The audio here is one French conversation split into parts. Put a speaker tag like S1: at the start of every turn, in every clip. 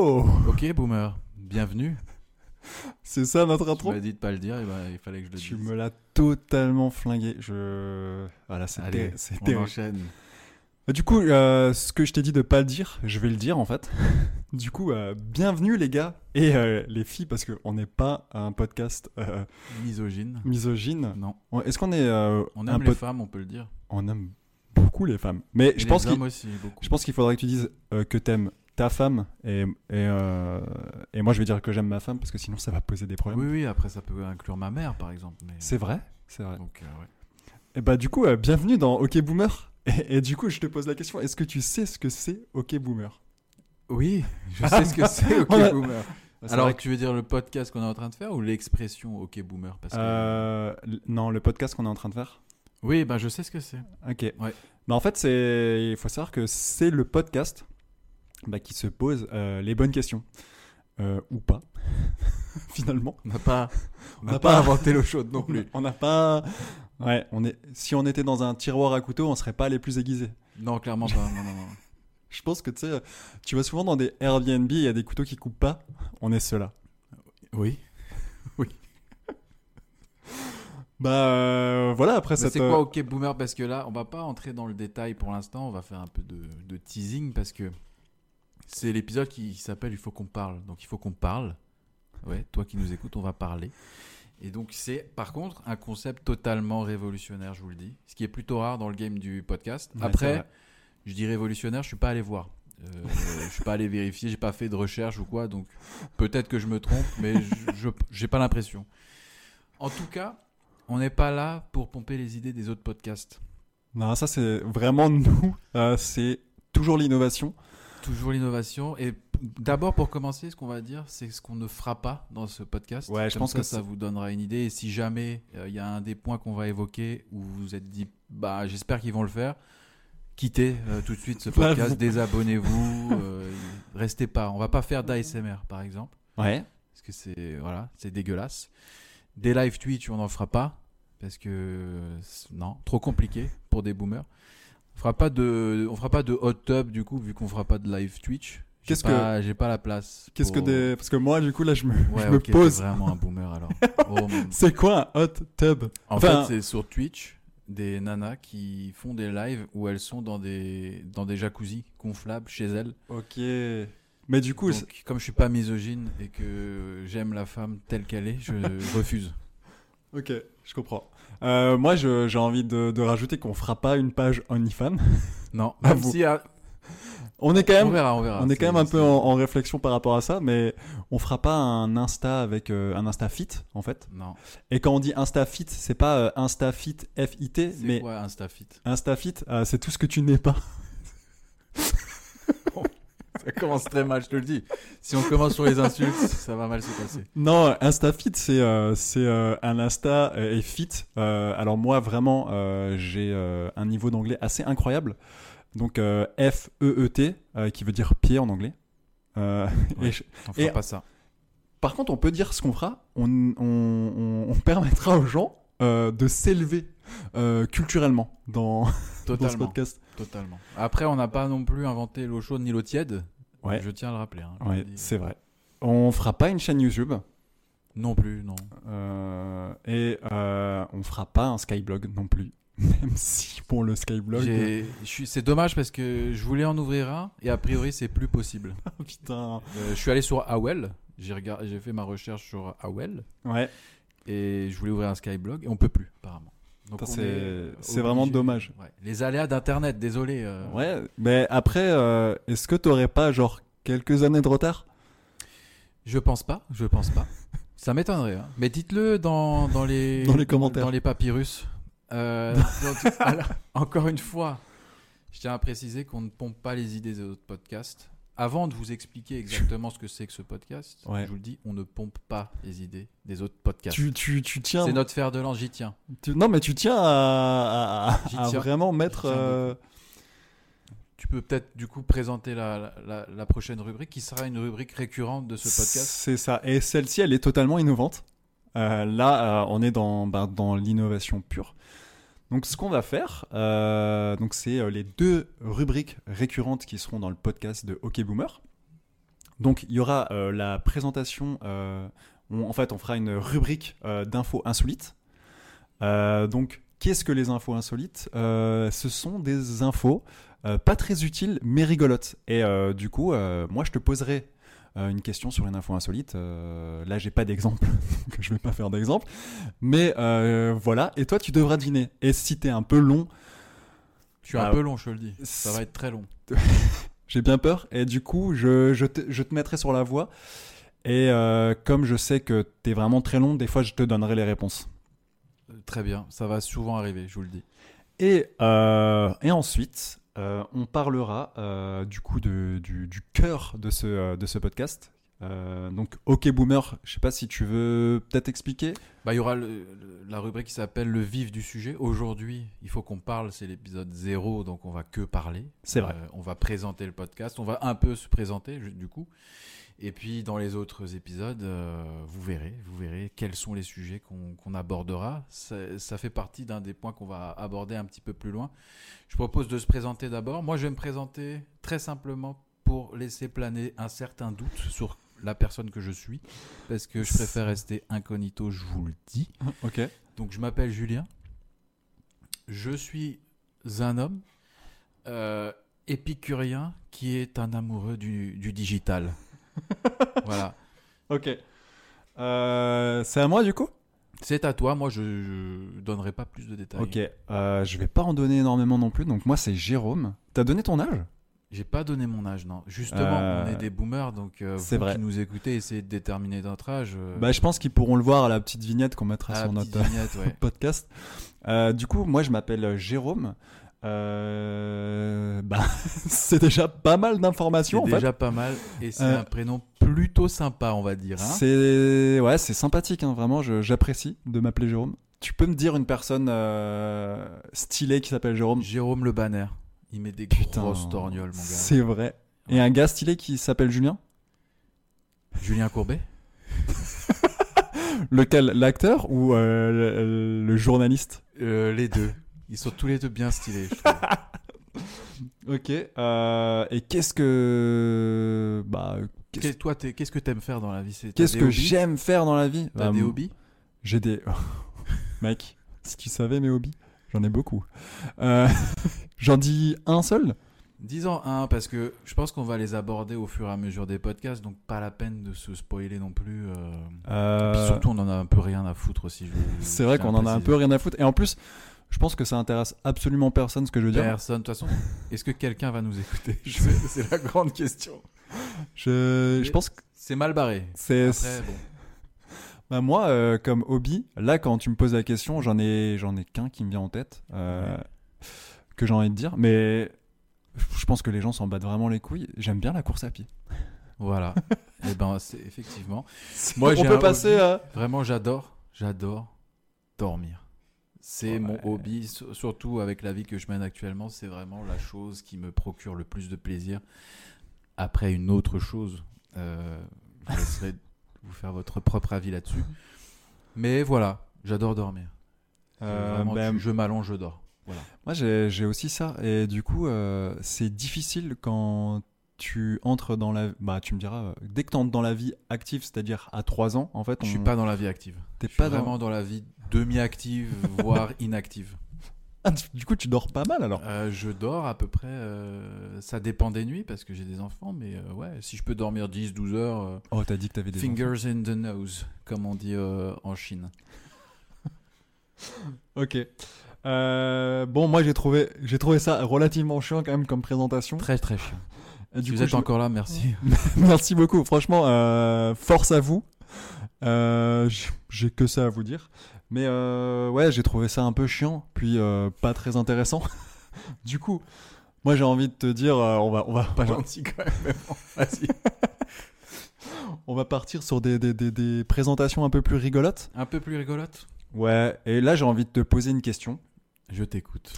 S1: Ok, boomer, bienvenue.
S2: Oh, C'est ça notre intro
S1: Tu m'as dit de pas le dire, et ben, il fallait que je le
S2: Tu
S1: dise.
S2: me l'as totalement flingué. Je... Voilà, c'est
S1: Allez,
S2: terri- c'est
S1: on
S2: terrible.
S1: enchaîne.
S2: Bah, Du coup, euh, ce que je t'ai dit de pas le dire, je vais le dire en fait. du coup, euh, bienvenue les gars et euh, les filles, parce qu'on n'est pas un podcast euh,
S1: Misogyne.
S2: misogyne.
S1: Non,
S2: On- Est-ce qu'on est euh,
S1: on
S2: un
S1: aime les
S2: pod-
S1: femmes, on peut le dire.
S2: On aime beaucoup les femmes. Mais
S1: Et
S2: je pense,
S1: les
S2: qu'il,
S1: hommes aussi, beaucoup.
S2: je pense qu'il faudrait que tu dises euh, que t'aimes ta femme et, et, euh, et moi je vais dire que j'aime ma femme, parce que sinon ça va poser des problèmes.
S1: Oui, oui, après ça peut inclure ma mère, par exemple. Mais...
S2: C'est vrai C'est vrai.
S1: Donc, euh, ouais.
S2: Et bah du coup, euh, bienvenue dans OK Boomer. Et, et du coup, je te pose la question, est-ce que tu sais ce que c'est OK Boomer
S1: Oui,
S2: Ah,
S1: je sais ce que c'est, ok
S2: Ouais. Ah,
S1: boomer. Alors, tu veux dire le podcast qu'on est en train de faire ou l'expression ok boomer parce que...
S2: Euh, l- non, le podcast qu'on est en train de faire.
S1: Oui, ben je sais ce que c'est.
S2: Ok.
S1: Ouais.
S2: Bah, en fait, c'est il faut savoir que c'est le podcast bah, qui se pose euh, les bonnes questions. Euh, ou pas, finalement.
S1: On n'a pas, on
S2: n'a
S1: n'a
S2: pas-
S1: pas inventé l'eau chaude non plus.
S2: On n'a pas... Ouais, on est... si on était dans un tiroir à couteau, on serait pas les plus aiguisés.
S1: Non, clairement pas. Non, non, non.
S2: Je pense que tu sais, euh, tu vas souvent dans des Airbnb, il y a des couteaux qui coupent pas. On est ceux-là.
S1: Oui.
S2: Bah euh, voilà, après
S1: Mais
S2: cette...
S1: C'est quoi
S2: euh,
S1: OK Boomer Parce que là, on va pas entrer dans le détail pour l'instant. On va faire un peu de, de teasing parce que c'est l'épisode qui s'appelle Il faut qu'on parle. Donc il faut qu'on parle. Ouais, toi qui nous écoutes, on va parler. Et donc c'est par contre un concept totalement révolutionnaire, je vous le dis. Ce qui est plutôt rare dans le game du podcast.
S2: ouais, c'est
S1: Après,
S2: vrai.
S1: je dis révolutionnaire, je suis pas allé voir. Euh, je suis pas allé vérifier, j'ai pas fait de recherche ou quoi, donc peut-être que je me trompe, mais je- je j'ai pas l'impression. En tout cas, on n'est pas là pour pomper les idées des autres podcasts.
S2: Non, ça c'est vraiment nous. Euh, c'est toujours l'innovation.
S1: Toujours l'innovation. Et p- d'abord, pour commencer, ce qu'on va dire, c'est ce qu'on ne fera pas dans ce podcast.
S2: Ouais, je
S1: Comme
S2: pense
S1: ça,
S2: que
S1: ça
S2: c'est-
S1: vous donnera une idée. Et si jamais euh, il y a un des points qu'on va évoquer où vous vous êtes dit, bah, j'espère qu'ils vont le faire, quittez euh, tout de suite ce
S2: Bah,
S1: podcast,
S2: vous-
S1: désabonnez-vous, euh, restez pas. On va pas faire d'ASMR, par exemple,
S2: Ouais.
S1: parce que c'est voilà, c'est dégueulasse. Des live Twitch, on n'en fera pas, parce que euh, c'est- non, trop compliqué pour des boomers. On fera pas de, on fera pas de hot tub du coup, vu qu'on fera pas de live Twitch. J'ai
S2: Qu'est-ce
S1: pas- j'ai pas la place.
S2: Qu'est-ce
S1: pour-
S2: que des. Parce que moi, du coup, là, je me,
S1: Ouais,
S2: je me
S1: ok, t'es
S2: pose.
S1: vraiment un boomer alors. Oh, mon-
S2: C'est quoi un hot tub
S1: en
S2: Enfin-
S1: fait, c'est sur Twitch des nanas qui font des lives où elles sont dans des dans des jacuzzi gonflables chez elles.
S2: Ok. Mais du coup, c'est-
S1: Donc, comme je suis pas misogyne et que j'aime la femme telle qu'elle est, je refuse.
S2: ok, je comprends. Euh, moi, je- j'ai envie de, de rajouter qu'on fera pas une page OnlyFans.
S1: Non.
S2: Ah
S1: Même
S2: bon.
S1: si, ah,
S2: On est quand
S1: on
S2: même,
S1: verra, on
S2: on
S1: verra.
S2: est
S1: Ah, C'est-
S2: quand même un peu
S1: c'est-
S2: en, en réflexion par rapport à ça, mais on fera pas un Insta avec euh, un Insta fit en fait.
S1: Non.
S2: Et quand on dit Insta fit, c'est pas euh, Insta fit F I T,
S1: C'est
S2: mais
S1: quoi Instafit
S2: Instafit, euh, c'est tout ce que tu n'es pas.
S1: Ça commence très mal, je te le dis. Si on commence sur les insultes, ça va mal se passer.
S2: Non, InstaFit, c'est euh, c'est euh, un Insta euh, et Fit. Euh, alors moi, vraiment, euh, j'ai euh, un niveau d'anglais assez incroyable. Donc euh, F-E-E-T, euh, qui veut dire pied en anglais. Euh,
S1: Ouais.
S2: et je-
S1: On fera
S2: Et-
S1: pas ça.
S2: par contre, on peut dire ce qu'on fera. On, on- on- on permettra aux gens euh, de s'élever euh, culturellement dans, dans ce
S1: Totalement.
S2: podcast.
S1: Totalement. Après, on n'a pas non plus inventé l'eau chaude ni l'eau tiède.
S2: Ouais.
S1: Je tiens à le rappeler. hein. Je
S2: Ouais,
S1: le dis.
S2: c'est vrai. On fera pas une chaîne YouTube
S1: Non plus, non.
S2: euh, et euh, on fera pas un Skyblog non plus. Même si pour le Skyblog.
S1: J'ai- je suis- C'est dommage parce que je voulais en ouvrir un et a priori, c'est plus possible.
S2: Oh, Putain.
S1: Euh, je suis allé sur AOL. J'ai regard- j'ai fait ma recherche sur AOL
S2: Ouais,
S1: et je voulais ouvrir un Skyblog et on peut plus, apparemment. Donc,
S2: Putain,
S1: on
S2: c'est-
S1: est
S2: c'est vraiment
S1: obligé-
S2: dommage.
S1: Ouais. Les aléas d'Internet, désolé. euh,
S2: ouais. Mais après, euh, est-ce que t'aurais pas genre quelques années de retard
S1: Je pense pas, je pense pas. Ça m'étonnerait. hein. Mais dites-le dans, dans les
S2: Dans les commentaires.
S1: dans les papyrus. Euh, dans tout- alors, encore une fois, je tiens à préciser qu'on ne pompe pas les idées des autres podcasts. Avant de vous expliquer exactement ce que c'est que ce podcast,
S2: Ouais.
S1: je vous le dis, on ne pompe pas les idées des autres podcasts.
S2: tu, tu, tu tiens.
S1: C'est notre fer de lance, j'y tiens.
S2: tu- non, mais tu tiens à, à-
S1: J'y
S2: à
S1: tiens.
S2: vraiment mettre.
S1: J'y tiens
S2: euh,
S1: Tu peux peut-être du coup présenter la, la- la prochaine rubrique qui sera une rubrique récurrente de ce podcast.
S2: C'est ça. Et celle-ci, elle est totalement innovante. Euh, là, euh, on est dans, bah, dans l'innovation pure. Donc, ce qu'on va faire, euh, donc c'est euh, les deux rubriques récurrentes qui seront dans le podcast de Hockey Boomer. Donc il y aura euh, la présentation. euh, on- en fait, on fera une rubrique euh, d'infos insolites. Euh, donc, qu'est-ce que les infos insolites Euh, Ce sont des infos euh, pas très utiles, mais rigolotes. Et euh, du coup, euh, moi, je te poserai euh, une question sur une info insolite. Euh, là, j'ai pas d'exemple, donc je vais pas faire d'exemple. Mais euh, voilà. Et toi, tu devras deviner. Et si t'es un peu long,
S1: Je suis un
S2: Ah.
S1: peu long, je te le dis. Ça va être très long.
S2: J'ai bien peur et du coup, je, je, te, je te mettrai sur la voie. Et euh, comme je sais que t'es vraiment très long, des fois je te donnerai les réponses.
S1: Euh, Très bien, ça va souvent arriver, je vous le dis.
S2: Et, euh, et ensuite, euh, on parlera euh, du coup de- du, du cœur de ce, euh, de ce podcast. Euh, donc, OK Boomer, je sais pas si tu veux peut-être expliquer.
S1: Bah, il y aura le- le- la rubrique qui s'appelle le vif du sujet. Aujourd'hui, il faut qu'on parle, c'est l'épisode zéro, donc on va que parler.
S2: C'est vrai.
S1: Euh, on va présenter le podcast, on va un peu se présenter ju- du coup. Et puis dans les autres épisodes, euh, vous verrez, vous verrez quels sont les sujets qu'on qu'on abordera. Ça, ça fait partie d'un des points qu'on va aborder un petit peu plus loin. Je propose de se présenter d'abord. Moi, je vais me présenter très simplement pour laisser planer un certain doute sur la personne que je suis, parce que je préfère rester incognito, je vous le dis.
S2: Ok.
S1: Donc je m'appelle Julien. Je suis un homme euh, épicurien qui est un amoureux du, du digital. voilà.
S2: Ok. Euh, c'est à moi du coup
S1: C'est à toi. Moi, je ne donnerai pas plus de détails.
S2: Ok. Euh, je vais pas en donner énormément non plus. Donc, moi, c'est Jérôme. T'as donné ton âge
S1: J'ai pas donné mon âge, non. Justement,
S2: Euh,
S1: on est des boomers, donc euh,
S2: c'est
S1: vous
S2: vrai.
S1: qui nous écoutez, essayez de déterminer notre âge. euh,
S2: Bah, je pense qu'ils pourront le voir à la petite vignette qu'on mettra
S1: à la
S2: sur
S1: petite
S2: notre
S1: vignette, ouais.
S2: podcast. Euh, du coup, moi, je m'appelle Jérôme. Euh, bah, c'est déjà pas mal
S1: C'est
S2: d'informations. en fait.
S1: déjà pas mal et c'est
S2: Euh,
S1: un prénom plutôt sympa, on va dire. hein.
S2: C'est ouais, c'est sympathique. hein, vraiment, je- j'apprécie de m'appeler Jérôme. Tu peux me dire une personne euh, stylée qui s'appelle Jérôme
S1: Jérôme Le Banner. Il met des
S2: Putain,
S1: grosses torgnoles, mon gars.
S2: C'est vrai. Et un gars stylé qui s'appelle Julien
S1: Julien Courbet
S2: Lequel L'acteur ou euh, le, le journaliste
S1: Euh, les deux. Ils sont tous les deux bien stylés. je trouve.
S2: Ok. euh, et qu'est-ce que. Bah,
S1: Qu'est- toi, t'es- qu'est-ce que t'aimes faire dans la vie C'est- t'as
S2: qu'est-ce
S1: des
S2: que
S1: hobbies
S2: j'aime faire dans la vie
S1: T'as
S2: Bah,
S1: des hobbies
S2: J'ai des. Mec, si tu savais mes hobbies, j'en ai beaucoup. Euh, j'en dis un seul
S1: Dis-en un, parce que je pense qu'on va les aborder au fur et à mesure des podcasts, donc pas la peine de se spoiler non plus. euh.
S2: Euh,
S1: Puis surtout, on en a un peu rien à foutre aussi. je- je
S2: C'est vrai
S1: tiens à
S2: qu'on en a un
S1: préciser.
S2: peu rien à foutre. Et en plus, je pense que ça intéresse absolument personne ce que je veux dire.
S1: Personne, de toute façon, est-ce que quelqu'un va nous écouter Je- C'est la grande question.
S2: Je, je pense que
S1: C'est mal barré.
S2: c'est.
S1: Après, bon.
S2: Bah, moi, euh, comme hobby, là, quand tu me poses la question, j'en ai, j'en ai qu'un qui me vient en tête, euh, que j'ai envie de dire. Mais je pense que les gens s'en battent vraiment les couilles. J'aime bien la course à pied.
S1: Voilà. Et ben, c'est effectivement. Moi,
S2: On
S1: j'ai un
S2: peut passer
S1: hobby.
S2: à.
S1: Vraiment, j'adore, j'adore dormir. C'est
S2: Ouais.
S1: mon hobby, sur- surtout avec la vie que je mène actuellement, c'est vraiment la chose qui me procure le plus de plaisir. Après une autre chose, euh, je laisserai vous faire votre propre avis là-dessus. Mais voilà, j'adore dormir. C'est
S2: Euh,
S1: vraiment,
S2: bah,
S1: tu- je m'allonge, je dors. Voilà.
S2: Moi, j'ai j'ai aussi ça. Et du coup, euh, c'est difficile quand tu entres dans la... Bah, tu me diras, euh, dès que tu entres dans la vie active, c'est-à-dire à 3 ans, en fait, on...
S1: Je suis pas dans la vie active.
S2: t'es
S1: Je suis
S2: pas dans-
S1: vraiment dans la vie demi-active, voire inactive.
S2: Ah, tu- du coup, tu dors pas mal, alors.
S1: Euh, je dors à peu près, euh, ça dépend des nuits parce que j'ai des enfants, mais euh, ouais, si je peux dormir 10-12 heures, euh,
S2: Oh, t'as dit que t'avais des... enfants.
S1: fingers in the nose, comme on dit euh, en Chine.
S2: Ok. Euh, bon, moi, j'ai trouvé... j'ai trouvé ça relativement chiant, quand même, comme présentation.
S1: Très très chiant.
S2: Et
S1: Si
S2: du
S1: vous
S2: coup,
S1: êtes
S2: je-
S1: encore là, merci.
S2: Merci beaucoup. Franchement, euh, force à vous. Euh, j- j'ai que ça à vous dire. Mais euh, ouais, j'ai trouvé ça un peu chiant, puis euh, pas très intéressant. du coup, moi j'ai envie de te dire, euh, on va, on va,
S1: gentil quand même, Vas-y.
S2: on va partir sur des, des- des- des présentations un peu plus rigolotes.
S1: Un peu plus rigolote
S2: Ouais. Et là, j'ai envie de te poser une question.
S1: Je t'écoute.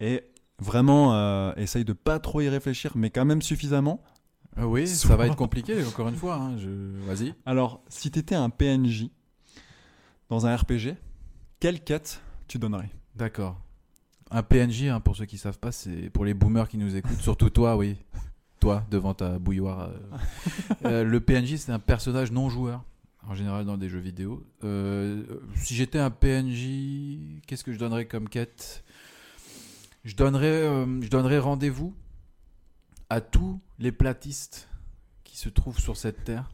S2: Et vraiment, euh, essaye de pas trop y réfléchir, mais quand même suffisamment.
S1: Ah oui, ça
S2: Souvent.
S1: va être compliqué, encore une fois. hein, je- Vas-y.
S2: Alors, si t'étais un PNJ dans un RPG, quelle quête tu donnerais
S1: D'accord. Un PNJ, hein, pour ceux qui savent pas, c'est pour les boomers qui nous écoutent, surtout toi, oui. toi, devant ta bouilloire. euh. Euh, le PNJ, c'est un personnage non joueur, en général dans des jeux vidéo. Euh, si j'étais un PNJ, qu'est-ce que je donnerais comme quête Je donnerais, euh, je donnerais rendez-vous à tous les platistes qui se trouvent sur cette terre.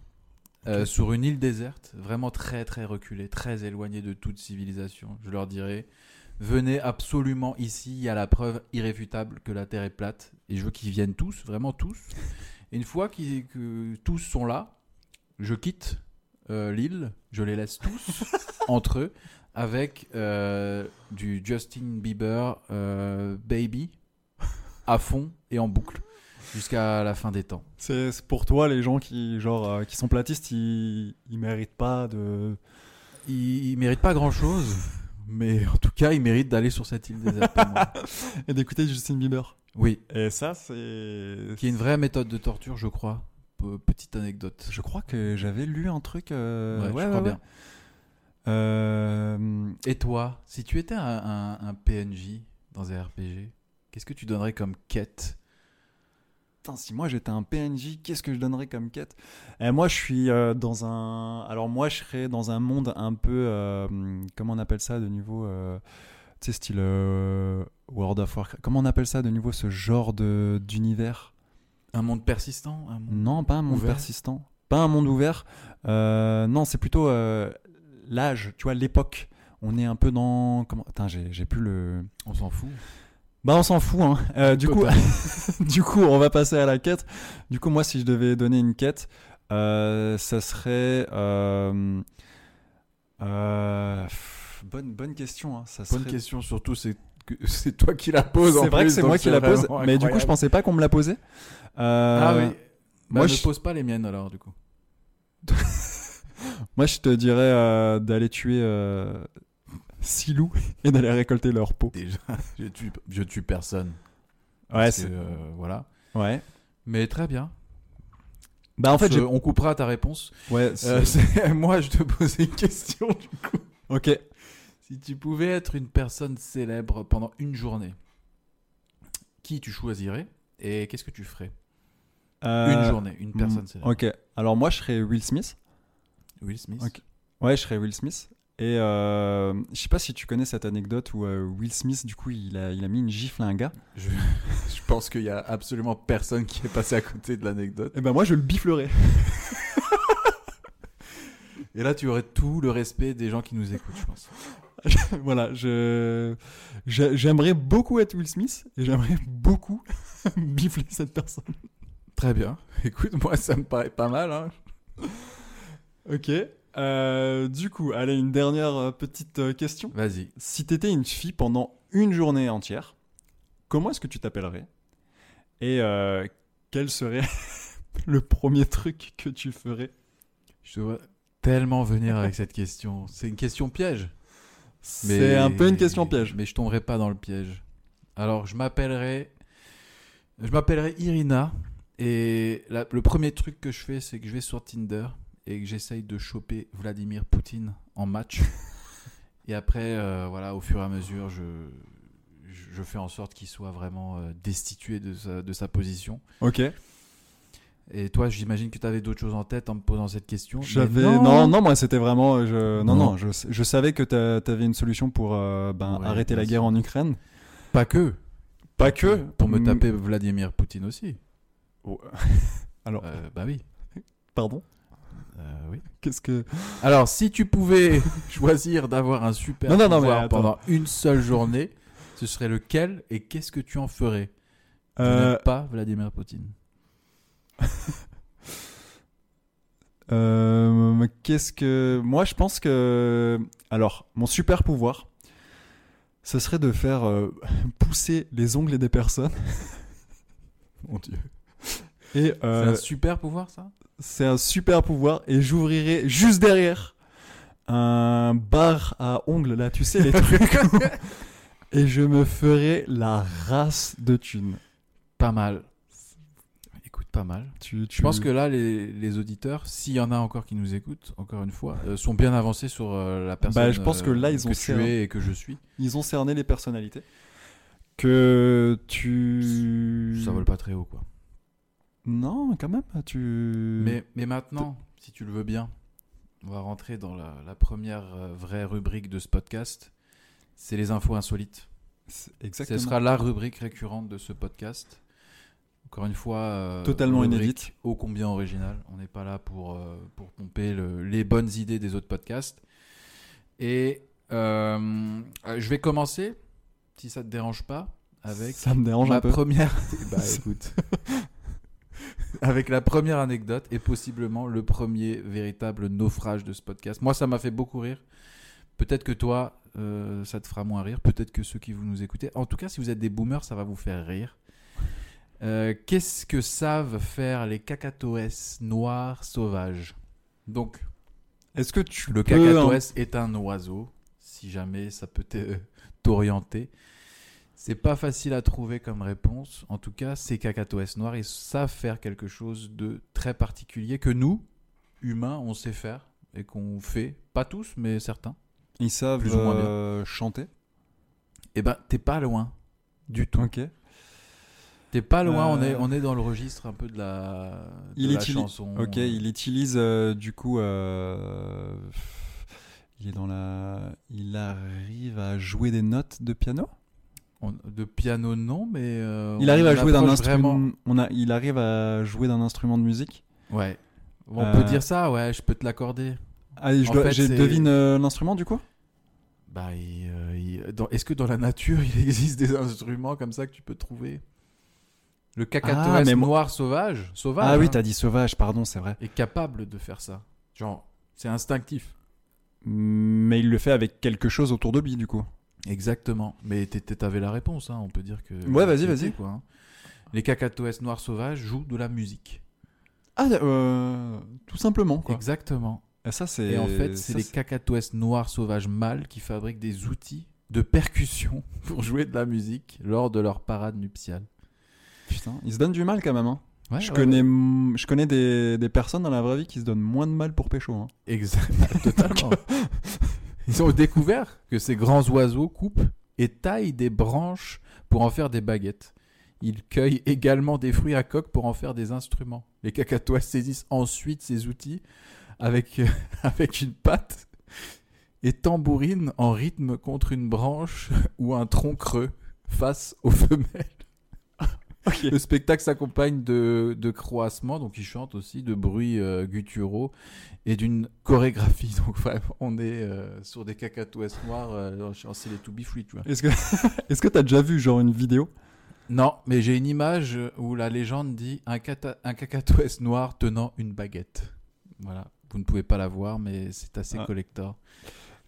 S1: euh, sur une île déserte, vraiment très très reculée, très éloignée de toute civilisation, je leur dirais, venez absolument ici, il y a la preuve irréfutable que la Terre est plate, et je veux qu'ils viennent tous, vraiment tous. Et une fois qu'ils- que tous sont là, je quitte euh, l'île, je les laisse tous entre eux, avec euh, du Justin Bieber euh, Baby à fond et en boucle, jusqu'à la fin des temps.
S2: C'est c'est pour toi, les gens qui, genre, euh, qui sont platistes, ils, ils méritent pas de.
S1: Il, il mérite pas grand chose, mais en tout cas, il mérite d'aller sur cette île déserte. pour moi.
S2: et d'écouter Justin Bieber.
S1: Oui,
S2: Et ça, c'est.
S1: qui est une vraie méthode de torture, je crois. P- Petite anecdote.
S2: Je crois que j'avais lu un truc. euh,
S1: Ouais, je
S2: ouais,
S1: crois
S2: ouais,
S1: bien.
S2: ouais. Euh,
S1: Et toi, si tu étais un, un- un PNJ dans un RPG, qu'est-ce que tu donnerais comme quête
S2: Putain, si moi j'étais un PNJ, qu'est-ce que je donnerais comme quête Eh, Moi, je suis euh, dans un. Alors, moi, je serais dans un monde un peu. euh, comment on appelle ça de niveau. euh, tu sais, style euh, World of Warcraft. Comment on appelle ça de niveau ce genre de- d'univers
S1: Un monde persistant un monde-
S2: Non, pas un monde
S1: Ouvert.
S2: persistant. Pas un monde ouvert. Euh, non, c'est plutôt euh, l'âge, tu vois, l'époque. On est un peu dans. Comment... Putain, j'ai j'ai plus le.
S1: On s'en fout.
S2: Bah on s'en fout. Hein. Euh, du coup,
S1: Total.
S2: du coup, on va passer à la quête. Du coup, moi, si je devais donner une quête, euh, ça serait euh, euh, pff, bonne bonne question. hein. Ça
S1: Bonne
S2: serait-
S1: question, surtout, c'est que c'est toi qui la poses. en
S2: C'est vrai que
S1: plus,
S2: c'est
S1: donc
S2: moi qui la pose,
S1: vraiment
S2: mais du coup, je
S1: incroyable.
S2: pensais pas qu'on me la posait. Euh,
S1: Ah oui.
S2: Moi,
S1: moi,
S2: je,
S1: je pose pas les miennes alors, du coup.
S2: moi, je te dirais euh, d'aller tuer euh, six loups et d'aller récolter leur peau.
S1: Déjà, je tue, je tue personne.
S2: Ouais,
S1: parce que,
S2: c'est-
S1: euh, voilà.
S2: ouais.
S1: Mais très bien.
S2: Bah en fait,
S1: Je-
S2: j'ai-
S1: on coupera ta réponse.
S2: ouais. c'est-
S1: Euh, c'est- moi, je te posais une question.
S2: ok.
S1: Si tu pouvais être une personne célèbre pendant une journée, qui tu choisirais et qu'est-ce que tu ferais Une
S2: Euh,
S1: journée, une personne célèbre.
S2: Ok. Alors moi, je serais Will Smith.
S1: Will Smith.
S2: Ok. Ouais, je serais Will Smith. Et euh, je sais pas si tu connais cette anecdote où euh, Will Smith, du coup, il a, il a mis une gifle à un gars.
S1: Je, je pense qu'il y a absolument personne qui est passé à côté de l'anecdote.
S2: Et ben moi, je le biflerais.
S1: Et là, tu aurais tout le respect des gens qui nous écoutent, je pense.
S2: voilà, je je- j'aimerais beaucoup être Will Smith et j'aimerais beaucoup bifler cette personne.
S1: Très bien. Écoute, moi, ça me paraît pas mal. hein.
S2: Ok. Euh, du coup, allez, une dernière euh, petite euh, question.
S1: Vas-y.
S2: Si t'étais une fille pendant une journée entière, comment est-ce que tu t'appellerais Et euh, quel serait le premier truc que tu ferais
S1: Je te vois tellement venir avec cette question. C'est une question piège.
S2: C'est un peu une question piège.
S1: Mais je tomberai pas dans le piège. Alors, je m'appellerai. Je m'appellerai Irina. Et la- le premier truc que je fais, c'est que je vais sur Tinder et que j'essaye de choper Vladimir Poutine en match. et après, euh, voilà, au fur et à mesure, je, je je fais en sorte qu'il soit vraiment euh, destitué de sa, de sa position.
S2: Ok.
S1: Et toi, j'imagine que tu avais d'autres choses en tête en me posant cette question. Mais
S2: J'avais non. non moi c'était vraiment euh, je non
S1: Non.
S2: non, je, je savais que t'a- t'avais une solution pour euh, ben,
S1: Ouais,
S2: arrêter la
S1: bien
S2: guerre
S1: sûr.
S2: en Ukraine.
S1: Pas que.
S2: Pas que
S1: Pour me
S2: Mm,
S1: taper Vladimir Poutine aussi.
S2: oh, Alors
S1: Euh, bah oui.
S2: pardon.
S1: Euh, oui.
S2: Qu'est-ce que
S1: Alors, si tu pouvais choisir d'avoir un super
S2: Non, non, non, mais
S1: pouvoir
S2: attends.
S1: pendant une seule journée, ce serait lequel et qu'est-ce que tu en ferais Je
S2: Euh,
S1: n'aime pas Vladimir Poutine.
S2: euh, qu'est-ce que moi je pense que alors mon super pouvoir ce serait de faire euh, pousser les ongles des personnes
S1: Mon Dieu.
S2: et
S1: C'est
S2: euh,
S1: un super pouvoir, ça
S2: c'est un super pouvoir et j'ouvrirai juste derrière un bar à ongles là, tu sais les trucs. et je me ferai la race de thunes.
S1: Pas mal. Écoute, pas mal.
S2: Tu, tu...
S1: Je pense que là, les, les auditeurs, s'il y en a encore qui nous écoutent, encore une fois, euh, sont bien avancés sur euh, la personne
S2: Bah, je pense que là, ils ont hein.
S1: que tu
S2: serré.
S1: es et que je suis.
S2: ils ont cerné les personnalités. Que tu
S1: Ça vole pas très haut, quoi.
S2: Non, quand même, tu.
S1: Mais, mais maintenant, si tu le veux bien, on va rentrer dans la, la première euh, vraie rubrique de ce podcast. C'est les infos insolites.
S2: C'est
S1: Ce
S2: Exactement.
S1: sera la rubrique récurrente de ce podcast. Encore une fois, euh,
S2: totalement
S1: rubrique
S2: inédite.
S1: ô combien original. On n'est pas là pour, euh, pour pomper le- les bonnes idées des autres podcasts. Et euh, euh, je vais commencer, si ça te dérange pas, avec
S2: Ça me dérange
S1: ma
S2: un peu.
S1: première. Bah, écoute. avec la première anecdote et possiblement le premier véritable naufrage de ce podcast. Moi, ça m'a fait beaucoup rire. Peut-être que toi, euh, ça te fera moins rire. Peut-être que ceux qui vous nous écoutez. En tout cas, si vous êtes des boomers, ça va vous faire rire. Euh, Qu'est-ce que savent faire les cacatoès noirs sauvages Donc,
S2: Est-ce que tu
S1: le
S2: peux un-
S1: cacatoès est un oiseau, si jamais ça peut t'e- t'orienter. C'est pas facile à trouver comme réponse. En tout cas, ces cacatoès noirs, ils savent faire quelque chose de très particulier que nous, humains, on sait faire et qu'on fait. Pas tous, mais certains.
S2: Ils savent
S1: plus ou moins bien.
S2: euh, chanter.
S1: Eh ben, t'es pas loin.
S2: Du tout. Ok.
S1: T'es pas loin. On, est,
S2: Euh.
S1: on est dans le registre un peu de la, de
S2: Il
S1: la
S2: utilise-
S1: chanson.
S2: Ok, il utilise euh, du coup. euh, Il est dans la. Il arrive à jouer des notes de piano.
S1: On- de piano, non, mais. euh,
S2: Il
S1: on-
S2: arrive
S1: on
S2: à jouer d'un
S1: approche vraiment.
S2: instrument. On a. Il arrive à jouer d'un instrument de musique.
S1: Ouais. On
S2: Euh.
S1: peut dire ça, ouais, je peux te l'accorder.
S2: Allez, je,
S1: En
S2: dois-
S1: fait,
S2: j'ai-
S1: c'est-
S2: devine euh, l'instrument du coup.
S1: Bah, il, euh, il- dans- est-ce que dans la nature il existe des instruments comme ça que tu peux trouver Le cacatoès
S2: Ah, mais moi-
S1: noir sauvage, sauvage,
S2: ah oui,
S1: hein,
S2: t'as dit sauvage. Pardon, c'est vrai.
S1: est capable de faire ça. Genre, c'est instinctif.
S2: Mais il le fait avec quelque chose autour de lui du coup.
S1: Exactement. Mais t'é- t'é- t'avais la réponse, hein, on peut dire que.
S2: Ouais, vas-y,
S1: c'était,
S2: vas-y.
S1: quoi, hein. Les cacatoès noirs sauvages jouent de la musique.
S2: Ah, euh, tout simplement quoi.
S1: Exactement.
S2: Et ça c'est.
S1: Et, en fait, c'est
S2: Euh, ça,
S1: les cacatoès noirs sauvages mâles qui fabriquent des outils de percussion pour jouer de la musique lors de leur parade nuptiale.
S2: Putain, ils se donnent du mal quand même. Hein.
S1: Ouais,
S2: Je
S1: ouais,
S2: connais, m- je connais des, des personnes dans la vraie vie qui se donnent moins de mal pour pécho. hein.
S1: Exact, totalement. Ils ont découvert que ces grands oiseaux coupent et taillent des branches pour en faire des baguettes. Ils cueillent également des fruits à coque pour en faire des instruments. Les cacatois saisissent ensuite ces outils avec, euh, avec une patte et tambourinent en rythme contre une branche ou un tronc creux face aux femelles. Le spectacle s'accompagne de, de croassements, donc ils chantent aussi, de bruits euh, gutturaux et d'une chorégraphie. Donc vraiment, on est euh, sur des cacatoès noirs, euh, en- c'est les To Be Free, tu vois.
S2: Est-ce que est-ce que t'as déjà vu genre une vidéo
S1: Non, mais j'ai une image où la légende dit un, cata- un cacatoès noir tenant une baguette. Voilà, vous ne pouvez pas la voir, mais c'est assez
S2: Ah.
S1: collector.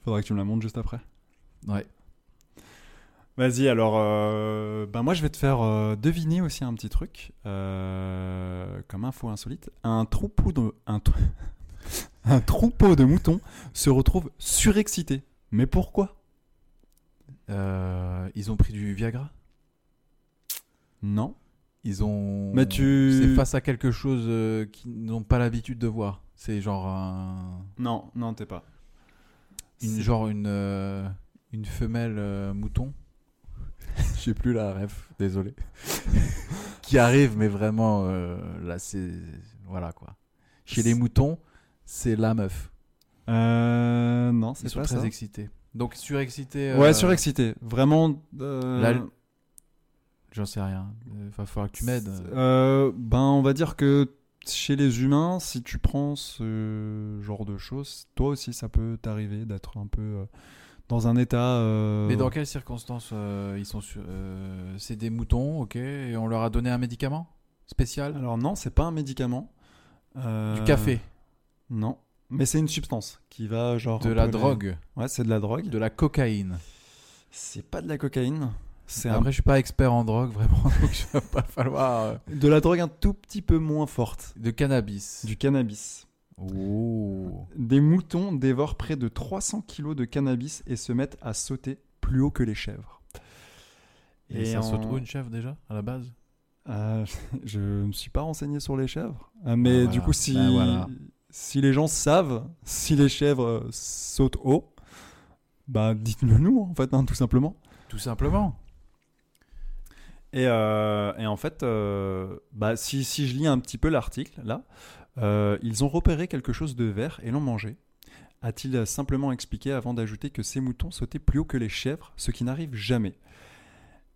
S2: Faudra que tu me la montres juste après.
S1: Ouais.
S2: Vas-y, alors, euh, ben moi je vais te faire euh, deviner aussi un petit truc, euh, comme info insolite. Un troupeau de, un, tr- un troupeau de moutons se retrouve surexcité. Mais pourquoi
S1: Euh, ils ont pris du Viagra
S2: Non.
S1: Ils ont.
S2: Mais tu-
S1: C'est face à quelque chose euh, qu'ils n'ont pas l'habitude de voir. C'est genre un-
S2: Non, non, t'es pas.
S1: une
S2: C'est-
S1: genre une euh, une femelle euh, mouton. Je sais plus la ref, désolé. qui arrive, mais vraiment euh, là c'est voilà quoi. Chez les moutons, c'est la meuf.
S2: Euh, non,
S1: Ils
S2: c'est
S1: sont
S2: pas
S1: très
S2: ça.
S1: excités. Donc surexcités.
S2: Ouais,
S1: euh,
S2: surexcité. Vraiment. euh,
S1: la- J'en sais rien. Euh, Va falloir que tu m'aides.
S2: Euh, Ben, on va dire que chez les humains, si tu prends ce genre de choses, toi aussi, ça peut t'arriver d'être un peu euh, dans un état. euh,
S1: Mais dans quelles circonstances euh, ils sont sur euh, C'est des moutons, ok. Et on leur a donné un médicament spécial.
S2: Alors non, c'est pas un médicament. Euh,
S1: Du café,
S2: Non. Mais c'est une substance qui va genre.
S1: de
S2: un
S1: la
S2: peu les-
S1: drogue,
S2: Ouais, c'est de la drogue.
S1: de la cocaïne.
S2: C'est pas de la cocaïne. C'est un-
S1: Après, je suis pas expert en drogue, vraiment, donc il va pas falloir. euh,
S2: de la drogue un tout petit peu moins forte.
S1: De cannabis.
S2: Du cannabis.
S1: Oh.
S2: Des moutons dévorent près de 300 kilos de cannabis et se mettent à sauter plus haut que les chèvres.
S1: Et, ça
S2: en-
S1: saute où une chèvre déjà, à la base
S2: Euh, Je ne me suis pas renseigné sur les chèvres. Euh, mais
S1: Ah,
S2: du
S1: voilà.
S2: coup, si...
S1: Bah, voilà.
S2: si les gens savent si les chèvres euh, sautent haut, bah dites-le nous, en fait, hein, tout simplement.
S1: Tout simplement.
S2: Et, euh, et en fait, euh, bah, si, si je lis un petit peu l'article, là, euh, ils ont repéré quelque chose de vert et l'ont mangé. A-t-il simplement expliqué avant d'ajouter que ces moutons sautaient plus haut que les chèvres, ce qui n'arrive jamais.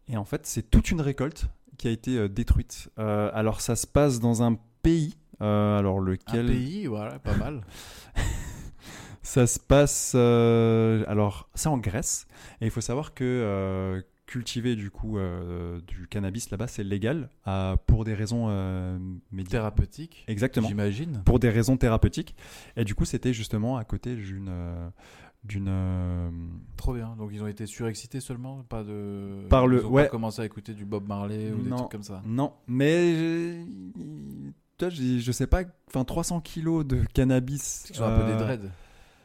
S2: Et en fait, c'est toute une récolte qui a été euh, détruite. Euh, alors, ça se passe dans un pays. euh, alors, lequel
S1: Un pays, voilà, pas mal.
S2: Ça se passe. euh, alors, c'est en Grèce. Et il faut savoir que euh, cultiver du coup euh, du cannabis là-bas, c'est légal à- pour des raisons euh, médicales.
S1: Thérapeutique,
S2: Exactement.
S1: j'imagine.
S2: Pour des raisons thérapeutiques. Et du coup, c'était justement à côté d'une. euh, d'une euh,
S1: Trop bien. Donc ils ont été surexcités seulement, pas de.
S2: Par le-
S1: Ils ont
S2: ouais.
S1: pas commencé à écouter du Bob Marley ou des
S2: Non.
S1: trucs comme ça.
S2: Non, mais. je- Tu vois, je, je sais pas. Enfin, 300 kilos de cannabis.
S1: Ils ont un peu des
S2: euh,
S1: dreads,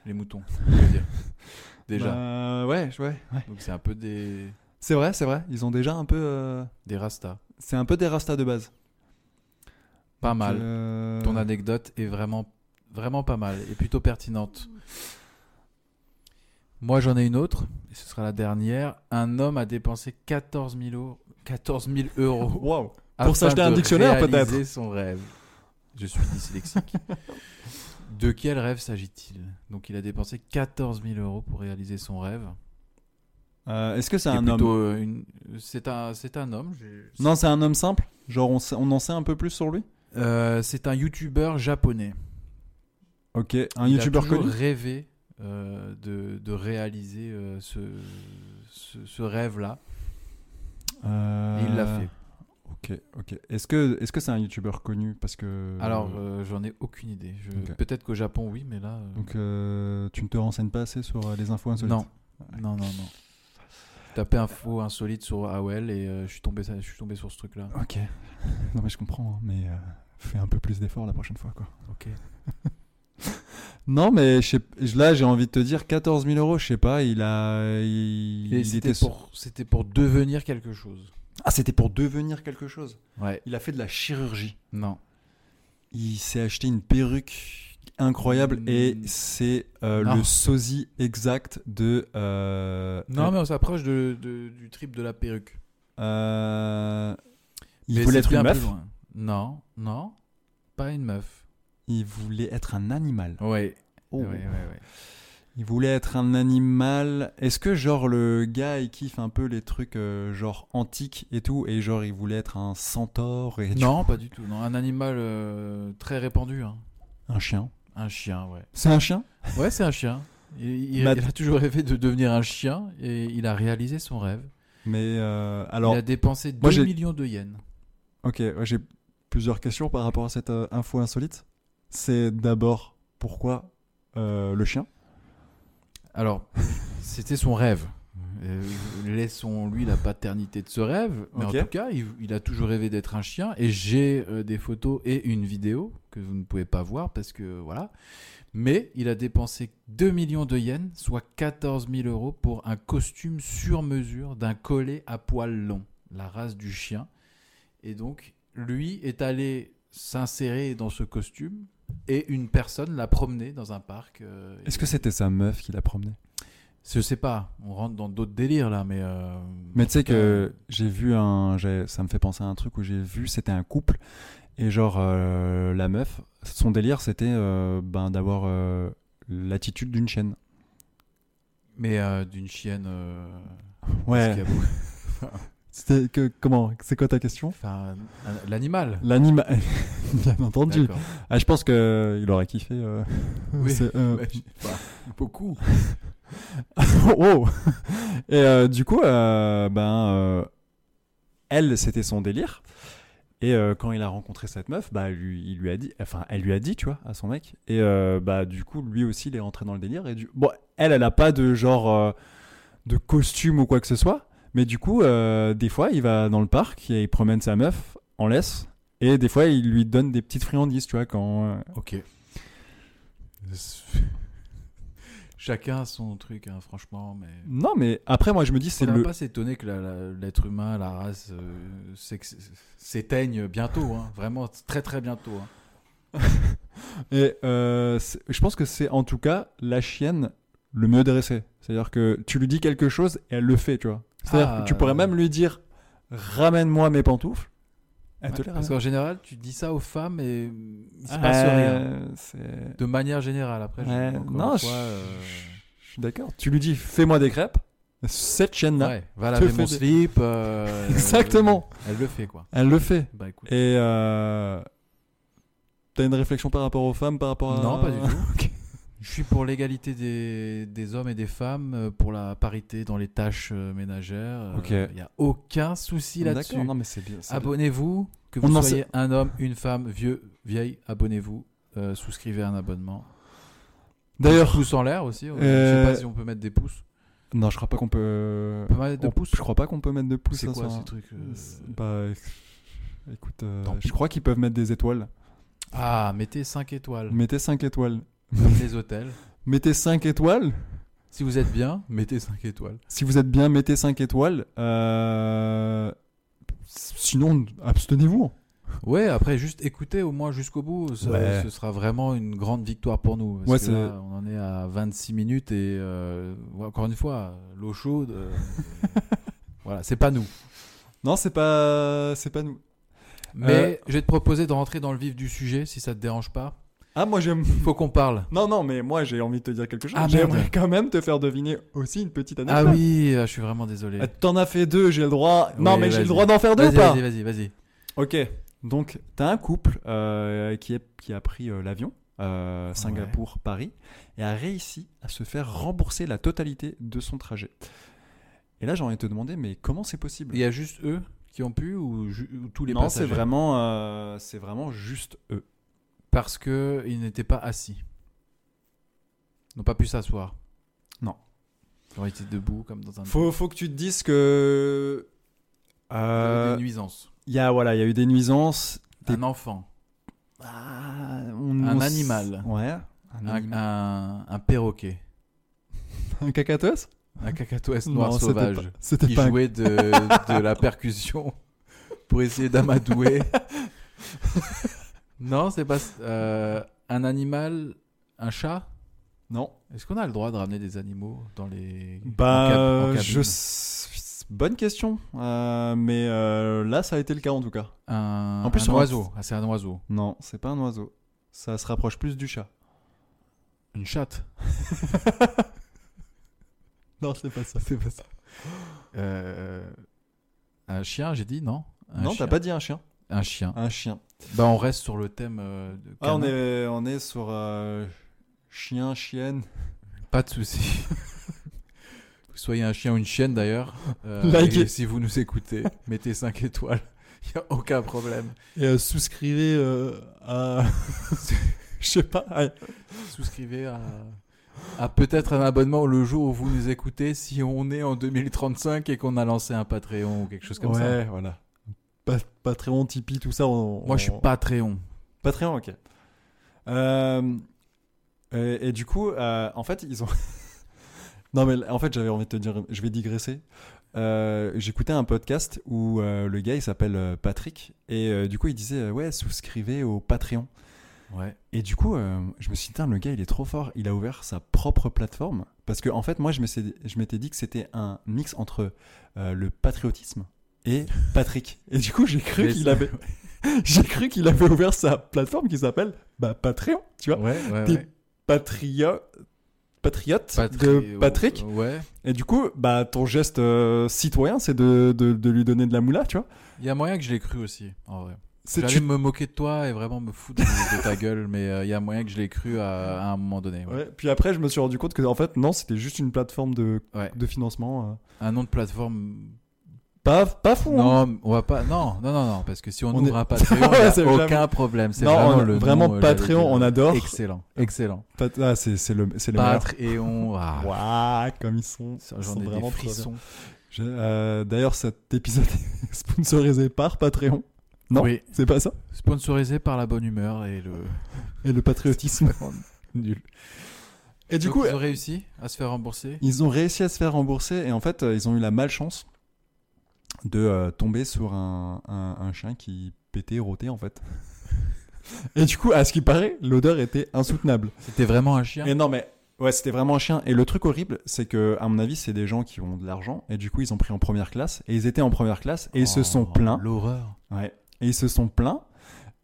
S1: les moutons. on peut dire. Déjà.
S2: bah, ouais, ouais, ouais.
S1: Donc c'est un peu des
S2: C'est vrai, c'est vrai. Ils ont déjà un peu. euh,
S1: des rastas.
S2: c'est un peu des rastas de base.
S1: Pas mal.
S2: Euh,
S1: Ton anecdote est vraiment, vraiment pas mal et plutôt pertinente. Moi, j'en ai une autre, et ce sera la dernière. Un homme a dépensé 14 000 euros, 14 000 euros
S2: Waouh.
S1: afin
S2: s'acheter un
S1: de
S2: dictionnaire, peut-être.
S1: réaliser son rêve. Je suis dyslexique. de quel rêve s'agit-il Donc, il a dépensé 14 000 euros pour réaliser son rêve.
S2: Euh, Est-ce que c'est
S1: Qui est
S2: un homme
S1: plutôt, euh, une- C'est un, c'est un homme. j'ai-
S2: Non, c'est un homme simple. Genre, on, sait- on en sait un peu plus sur lui.
S1: Euh, c'est un youtubeur japonais.
S2: Ok, un
S1: Il a
S2: youtubeur
S1: toujours
S2: connu.
S1: rêvé euh, de, de réaliser euh, ce, ce, ce rêve-là. Et
S2: Euh,
S1: Il l'a fait.
S2: Ok, ok. Est-ce que est-ce que c'est un youtubeur connu Parce que.
S1: Alors, euh, j'en ai aucune idée. Je-
S2: ok.
S1: Peut-être qu'au Japon, oui, mais là. euh,
S2: Donc, euh, tu ne te renseignes pas assez sur euh, les infos insolites
S1: non. non, non, non. Tapé info insolite sur AOL et euh, je, suis tombé, ça- je suis tombé sur ce truc-là.
S2: Ok. non, mais je comprends, hein, mais euh, fais un peu plus d'efforts la prochaine fois, quoi.
S1: Ok.
S2: Non, mais je sais- je- là, j'ai envie de te dire 14 000 euros, je sais pas, il a. Il,
S1: Et
S2: il
S1: C'était
S2: sur-
S1: pour, c'était pour devenir quelque chose.
S2: Ah, c'était pour devenir quelque chose.
S1: Ouais.
S2: Il a fait de la chirurgie.
S1: Non.
S2: Il s'est acheté une perruque incroyable
S1: Mm.
S2: et c'est euh,
S1: Non.
S2: le sosie exact de. euh,
S1: Non,
S2: euh,
S1: mais on s'approche de, de- du trip de la perruque.
S2: euh, il
S1: Mais
S2: voulait
S1: c'est
S2: être une
S1: bien plus
S2: meuf.
S1: loin. Non, non. Pas une meuf.
S2: Il voulait être un animal.
S1: Ouais.
S2: Oh.
S1: Ouais, ouais, ouais.
S2: Il voulait être un animal. Est-ce que genre le gars il kiffe un peu les trucs euh, genre antiques et tout et genre il voulait être un centaure et du-
S1: Non, pas du tout. Non, un animal euh, très répandu. hein.
S2: un chien.
S1: Un chien, ouais.
S2: C'est un chien
S1: Ouais, c'est un chien. Il, il-
S2: Ma-
S1: il a toujours rêvé de devenir un chien et il a réalisé son rêve.
S2: Mais euh, alors
S1: il a dépensé 2
S2: moi, j'ai-
S1: millions de yens.
S2: Ok, ouais, j'ai plusieurs questions par rapport à cette euh, info insolite. C'est d'abord pourquoi euh, le chien
S1: Alors, c'était son rêve. Euh, Laissons-lui la paternité de ce rêve. Mais
S2: Ok.
S1: en tout cas, il, il a toujours rêvé d'être un chien. Et j'ai euh, des photos et une vidéo que vous ne pouvez pas voir parce que voilà. Mais il a dépensé 2 millions de yens, soit 14 000 euros, pour un costume sur mesure d'un collet à poils longs, la race du chien. Et donc, lui est allé s'insérer dans ce costume et une personne l'a promené dans un parc. euh,
S2: Est-ce
S1: et-
S2: que c'était sa meuf qui l'a promené
S1: je sais pas, on rentre dans d'autres délires là, mais. euh,
S2: Mais tu sais que j'ai vu un. j'ai- Ça me fait penser à un truc où j'ai vu, c'était un couple. Et genre, euh, la meuf, son délire, c'était euh, ben, d'avoir euh, l'attitude d'une chienne.
S1: Mais euh, d'une chienne. euh,
S2: Ouais.
S1: escabeau.
S2: C'était que. Comment C'est quoi ta question
S1: Enfin, un- l'animal.
S2: L'animal. Bien entendu.
S1: D'accord.
S2: Ah, je pense qu'il aurait kiffé. euh,
S1: Oui.
S2: c'est, euh,
S1: Ouais, je- bah, beaucoup.
S2: wow. Et euh, du coup, euh, ben, euh, elle, c'était son délire. Et euh, quand il a rencontré cette meuf, bah, lui, il lui a dit, enfin, elle lui a dit, tu vois, à son mec. Et euh, bah, du coup, lui aussi, il est rentré dans le délire. Et du... bon, elle, elle a pas de genre euh, de costume ou quoi que ce soit. Mais du coup, euh, des fois, il va dans le parc et il promène sa meuf en laisse. Et des fois, il lui donne des petites friandises, tu vois, quand. euh,
S1: Ok. Chacun son truc, hein, franchement, mais.
S2: Non, mais après, moi, je me dis,
S1: On
S2: c'est
S1: ne
S2: le.
S1: pas s'étonner que la- la- l'être humain, la race, euh, s'ex- s'éteigne bientôt, hein. vraiment très très bientôt. hein.
S2: Et euh, c'est- je pense que c'est en tout cas la chienne le mieux dressée. C'est-à-dire que tu lui dis quelque chose et elle le fait, tu vois. C'est-à-dire
S1: Ah,
S2: que tu pourrais
S1: euh.
S2: même lui dire ramène-moi mes pantoufles. Elle te
S1: Ouais,
S2: les
S1: parce
S2: ramène.
S1: qu'en général, tu dis ça aux femmes et il se passe rien.
S2: Euh, c'est-
S1: De manière générale, après. je-
S2: Ouais,
S1: encore
S2: non,
S1: une
S2: je
S1: fois, euh,
S2: je suis d'accord. Tu lui dis, fais-moi des crêpes. Cette chaîne-là,
S1: ouais, va
S2: te
S1: laver
S2: fais
S1: mon
S2: des-
S1: slip. euh,
S2: Exactement.
S1: Elle le fait, quoi.
S2: elle le fait.
S1: Bah écoute.
S2: Et euh, t'as une réflexion par rapport aux femmes, par rapport à...
S1: Non, pas du tout.
S2: Euh, Ok.
S1: Je suis pour l'égalité des, des hommes et des femmes, euh, pour la parité dans les tâches euh, ménagères.
S2: Ok.
S1: Il n'y a aucun souci là-dessus.
S2: D'accord, non mais c'est bien. c'est bien.
S1: Abonnez-vous, que
S2: On
S1: vous
S2: en
S1: soyez un homme, une femme, vieux, vieille, abonnez-vous, euh, souscrivez à un abonnement.
S2: D'ailleurs,
S1: Pouce en l'air aussi. Je
S2: Euh,
S1: sais pas si on peut mettre des pouces.
S2: non, je crois pas qu'on peut.
S1: On peut mettre de
S2: on-
S1: pouces
S2: Je crois pas qu'on peut mettre de pouces.
S1: C'est
S2: hein,
S1: quoi
S2: sur un-
S1: ces trucs euh,
S2: C'est- Bah, éc- écoute, euh,
S1: Tant pis.
S2: je crois qu'ils peuvent mettre des étoiles.
S1: Ah, mettez 5 étoiles,
S2: Mettez 5 étoiles.
S1: comme les hôtels.
S2: Mettez 5 étoiles.
S1: Si vous êtes bien, mettez 5 étoiles.
S2: Si vous êtes bien, mettez 5 étoiles. Euh, Sinon, abstenez-vous.
S1: Ouais, après, juste écoutez au moins jusqu'au bout. Ça-
S2: Ouais.
S1: Ce sera vraiment une grande victoire pour nous. Parce
S2: Ouais,
S1: que
S2: c'est-
S1: là, on en est à 26 minutes et euh, ouais, encore une fois, l'eau chaude. euh, voilà, c'est pas nous.
S2: Non, c'est pas, c'est pas nous. Euh.
S1: Mais je vais te proposer de rentrer dans le vif du sujet si ça te dérange pas.
S2: Ah, moi j'aime.
S1: Il faut qu'on parle.
S2: Non, non, mais moi j'ai envie de te dire quelque chose.
S1: Ah, merde.
S2: J'aimerais quand même te faire deviner aussi une petite anecdote.
S1: Ah oui, euh, je suis vraiment désolé.
S2: Ah, T'en as fait deux, j'ai le droit. non,
S1: Oui,
S2: mais j'ai le
S1: vas-y.
S2: droit d'en faire deux ou
S1: Vas-y,
S2: pas
S1: vas-y, vas-y, vas-y.
S2: Ok, donc t'as un couple euh, qui, est, qui a pris euh, l'avion, euh, Singapour-Paris, et a réussi à se faire rembourser la totalité de son trajet. Et là, j'ai envie de te demander, mais comment c'est possible
S1: Il y a juste eux qui ont pu ou, ju- ou tous les
S2: Non, c'est
S1: passagers
S2: vraiment, euh, c'est vraiment juste eux.
S1: Parce que ils n'étaient pas assis. Ils n'ont pas pu s'asseoir.
S2: Non.
S1: Ils ont été debout comme dans un.
S2: Faut, faut que tu te dises que.
S1: Il y avait
S2: Euh,
S1: des nuisances.
S2: Il y a voilà, il y a eu des nuisances. des-
S1: Un enfant,
S2: Ah, on-
S1: Un
S2: on s-
S1: animal.
S2: Ouais. Un,
S1: un,
S2: animal.
S1: un- un perroquet,
S2: Un cacatoès
S1: un cacatoès noir
S2: Non, c'était
S1: sauvage
S2: pas- C'était
S1: qui
S2: pas un
S1: jouait de, de la percussion pour essayer d'amadouer. non, c'est pas euh, un animal, un chat.
S2: Non.
S1: Est-ce qu'on a le droit de ramener des animaux dans les en
S2: Bah,
S1: cab- en cabine
S2: je. s- Bonne question. Euh, mais euh, là, ça a été le cas en tout cas.
S1: un,
S2: En plus,
S1: un
S2: on-
S1: oiseau. Ah, c'est un oiseau.
S2: Non, c'est pas un oiseau. Ça se rapproche plus du chat.
S1: Une chatte.
S2: Non, c'est pas ça. C'est pas ça.
S1: Euh, un chien, j'ai dit non. Un
S2: non,
S1: chien.
S2: t'as pas dit un chien.
S1: un chien.
S2: Un chien.
S1: Bah, on reste sur le thème. euh, de
S2: Ah, on
S1: canin.
S2: est, on est sur euh, chien, chienne.
S1: Pas de souci. Vous soyez un chien ou une chienne d'ailleurs. euh,
S2: Likez.
S1: et si vous nous écoutez, mettez 5 étoiles. Il n'y a aucun problème.
S2: Et euh, souscrivez euh, à. Je sais pas.
S1: Souscrivez à, à peut-être un abonnement le jour où vous nous écoutez si on est en 2035 et qu'on a lancé un Patreon ou quelque chose comme ça.
S2: ouais, voilà. Pa- Patreon, Tipeee, tout ça. on-
S1: Moi, je suis
S2: on-
S1: Patreon.
S2: Patreon, ok. Euh, et, et du coup, euh, en fait, ils ont. non, mais en fait, j'avais envie de te dire, je vais digresser. Euh, J'écoutais un podcast où euh, le gars, il s'appelle euh, Patrick, et euh, du coup, il disait, euh, ouais, souscrivez au Patreon.
S1: Ouais.
S2: Et du coup, euh, je me suis dit, Tain, le gars, il est trop fort. Il a ouvert sa propre plateforme. Parce que, en fait, moi, je me suis- je m'étais dit que c'était un mix entre euh, le patriotisme et Patrick. Et du coup, j'ai cru
S1: Mais
S2: qu'il
S1: ça-
S2: avait. j'ai cru qu'il avait ouvert sa plateforme qui s'appelle bah, Patreon, tu vois.
S1: ouais, ouais,
S2: T'es
S1: ouais.
S2: Patrio- Patriote
S1: Patri-
S2: de Patrick.
S1: euh, Ouais.
S2: Et du coup, bah, ton geste euh, citoyen, c'est de, de- de lui donner de la moula, tu vois.
S1: Il y a moyen que je l'ai cru aussi, en vrai.
S2: C'est
S1: J'allais
S2: tu-
S1: me moquer de toi et vraiment me foutre de, de ta gueule, mais euh, il y a moyen que je l'ai cru à, à un moment donné. ouais.
S2: Ouais. Puis après, je me suis rendu compte que, en fait, non, c'était juste une plateforme de,
S1: Ouais.
S2: de financement. euh.
S1: Un nom de plateforme
S2: Pas, pas fou, hein.
S1: Non, on va pas. Non, non, non, non, parce que si on,
S2: On
S1: ouvre
S2: est-
S1: un Patreon, il y
S2: Ouais,
S1: a
S2: c'est
S1: aucun
S2: jamais-
S1: problème. C'est
S2: Non,
S1: vraiment
S2: on-
S1: le
S2: vraiment
S1: nom, euh,
S2: Patreon,
S1: j'allais dire.
S2: on adore.
S1: Excellent, excellent.
S2: Pat- Ah, c'est c'est le, c'est le meilleur.
S1: Patreon, ah,
S2: Ouah, comme ils sont.
S1: ça,
S2: ils
S1: j'en
S2: sont
S1: ai
S2: vraiment trop
S1: des frissons.
S2: bien. Je- euh, D'ailleurs, cet épisode est sponsorisé par Patreon. Non,
S1: Oui.
S2: c'est pas ça
S1: Sponsorisé par la bonne humeur et le.
S2: Et le patriotisme.
S1: Nul.
S2: Et du
S1: Donc,
S2: coup,
S1: ils ont réussi à se faire rembourser.
S2: ils ont réussi à se faire rembourser et en fait, euh, ils ont eu la malchance de euh, tomber sur un, un- un chien qui pétait, rotait en fait. Et du coup, à ce qui paraît, l'odeur était insoutenable.
S1: C'était vraiment un chien.
S2: Et non, mais Ouais, c'était vraiment un chien. Et le truc horrible, c'est que, à mon avis, c'est des gens qui ont de l'argent. Et du coup, ils ont pris en première classe. Et ils étaient en première classe. Et ils se sont
S1: Oh,
S2: plaints.
S1: L'horreur.
S2: Ouais. Et ils se sont plaints.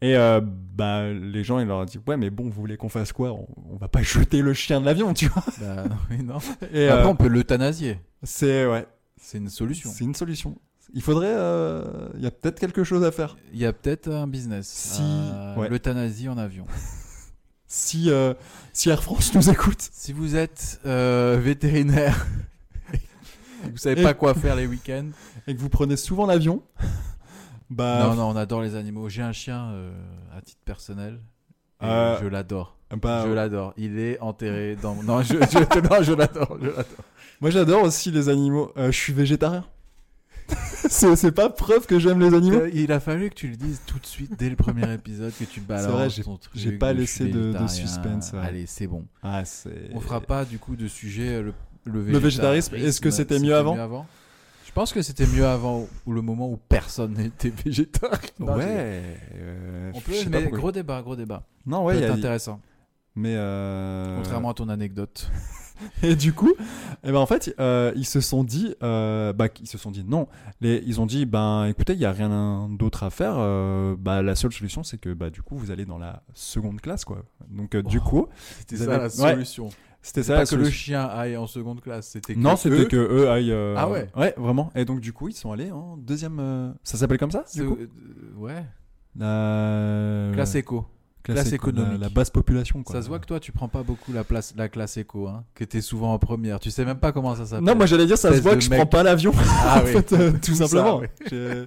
S2: Et euh, bah, les gens, ils leur ont dit Ouais, mais bon, vous voulez qu'on fasse quoi on, on va pas jeter le chien de l'avion, tu vois.
S1: Bah, oui, non.
S2: Et
S1: Après,
S2: euh,
S1: on peut l'euthanasier.
S2: c'est ouais,
S1: C'est une solution.
S2: c'est une solution. Il faudrait. euh, Il y a peut-être quelque chose à faire.
S1: Il y a peut-être un business.
S2: Si-
S1: Euh,
S2: ouais.
S1: L'euthanasie en avion.
S2: Si, euh, si Air France nous écoute,
S1: Si vous êtes euh, vétérinaire et que vous savez
S2: Et-
S1: pas quoi faire les week-ends,
S2: et que vous prenez souvent l'avion, bah,
S1: non, non, on adore les animaux. J'ai un chien euh, à titre personnel. et
S2: Euh,
S1: je l'adore.
S2: bah,
S1: je l'adore. Il est enterré dans. mon- Non, je, je- non, je l'adore. je l'adore.
S2: moi j'adore aussi les animaux. Euh, je suis végétarien. c'est c'est pas preuve que j'aime les animaux.
S1: Euh, Il a fallu que tu le dises tout de suite dès le premier épisode que tu balances
S2: vrai, j'ai-
S1: ton truc.
S2: j'ai pas
S1: de
S2: laissé
S1: je suis
S2: de- de
S1: végétarien.
S2: suspense, ouais.
S1: Allez, c'est bon.
S2: Ah, c'est.
S1: On fera pas du coup de sujet euh, le le
S2: Le végétarisme, est-ce que c'était mieux avant
S1: Je pense que c'était mieux avant ou le moment où personne n'était végétarien. Non, je rigole.
S2: Ouais. euh,
S1: On
S2: je
S1: peut,
S2: sais pas
S1: mais
S2: pourquoi.
S1: gros débat, gros débat.
S2: Non,
S1: Ouais,
S2: ouais, il y a-
S1: intéressant.
S2: Mais euh,
S1: Contrairement à ton anecdote.
S2: Et du coup, eh ben en fait, euh, ils se sont dit, euh, bah, ils se sont dit non. Les, ils ont dit, ben écoutez, il y a rien d'autre à faire. euh, bah, la seule solution, c'est que bah du coup, vous allez dans la seconde classe, quoi. Donc euh, du
S1: Oh,
S2: coup,
S1: C'était
S2: Vous
S1: ça
S2: avez-
S1: la
S2: Ouais.
S1: solution.
S2: c'était
S1: C'est
S2: ça
S1: pas
S2: la
S1: que le
S2: solution.
S1: chien aille en seconde classe. C'était que
S2: Non, c'était
S1: eux-
S2: que eux aillent. euh,
S1: Ah ouais.
S2: Ouais, vraiment. Et donc du coup, ils sont allés en deuxième. euh, ça s'appelle comme ça
S1: ce-
S2: du coup
S1: euh, ouais.
S2: La
S1: Classe éco. classe
S2: éco- la-
S1: économique.
S2: La, basse population, quoi.
S1: Ça se voit que toi, tu prends pas beaucoup la place, la classe éco, hein, que t'es souvent en première. Tu sais même pas comment ça s'appelle.
S2: Non, moi j'allais dire, ça se
S1: Espèce
S2: voit
S1: de
S2: que je
S1: mec.
S2: prends pas l'avion.
S1: ah,
S2: en
S1: oui.
S2: fait, euh, tout
S1: Tout ça,
S2: simplement.
S1: ouais.
S2: J'ai-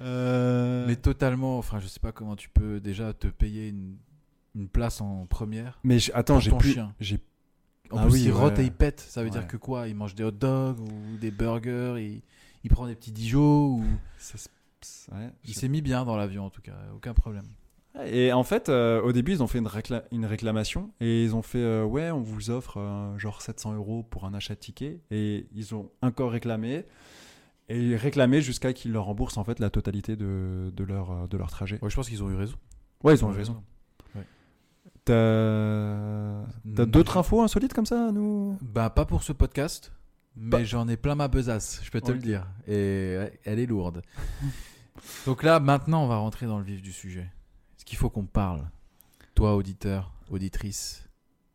S2: Euh,
S1: Mais totalement. Enfin, je sais pas comment tu peux déjà te payer une, une place en première.
S2: Mais j'- attends,
S1: Pour
S2: j'ai
S1: ton
S2: plus.
S1: chien.
S2: J'ai
S1: En
S2: Ah
S1: plus,
S2: oui,
S1: il
S2: ouais.
S1: rote et il pète. Ça veut
S2: Ouais.
S1: dire que quoi Il mange des hot dogs ou des burgers. Il, il prend des petits Dijon. Ou...
S2: ça se- Pss, ouais,
S1: Il
S2: j'ai-
S1: s'est mis bien dans l'avion en tout cas. Aucun problème.
S2: Et en fait, euh, au début, ils ont fait une, récla- une réclamation et ils ont fait euh, ouais, on vous offre euh, genre 700 euros pour un achat de ticket et ils ont encore réclamé et réclamé jusqu'à qu'ils leur remboursent en fait la totalité de, de leur euh, de leur trajet.
S1: Ouais, je pense qu'ils ont eu raison.
S2: Ouais, ils ont eu raison. T'as t'as
S1: Mm,
S2: d'autres
S1: j'ai-
S2: infos insolites comme ça, à nous
S1: Bah, pas pour ce podcast, mais
S2: Pas-
S1: j'en ai plein ma besace, je peux te
S2: Ok.
S1: le dire. Et ouais, elle est lourde. Donc là, maintenant, on va rentrer dans le vif du sujet. Ce qu'il faut qu'on parle. Toi, auditeur, auditrice.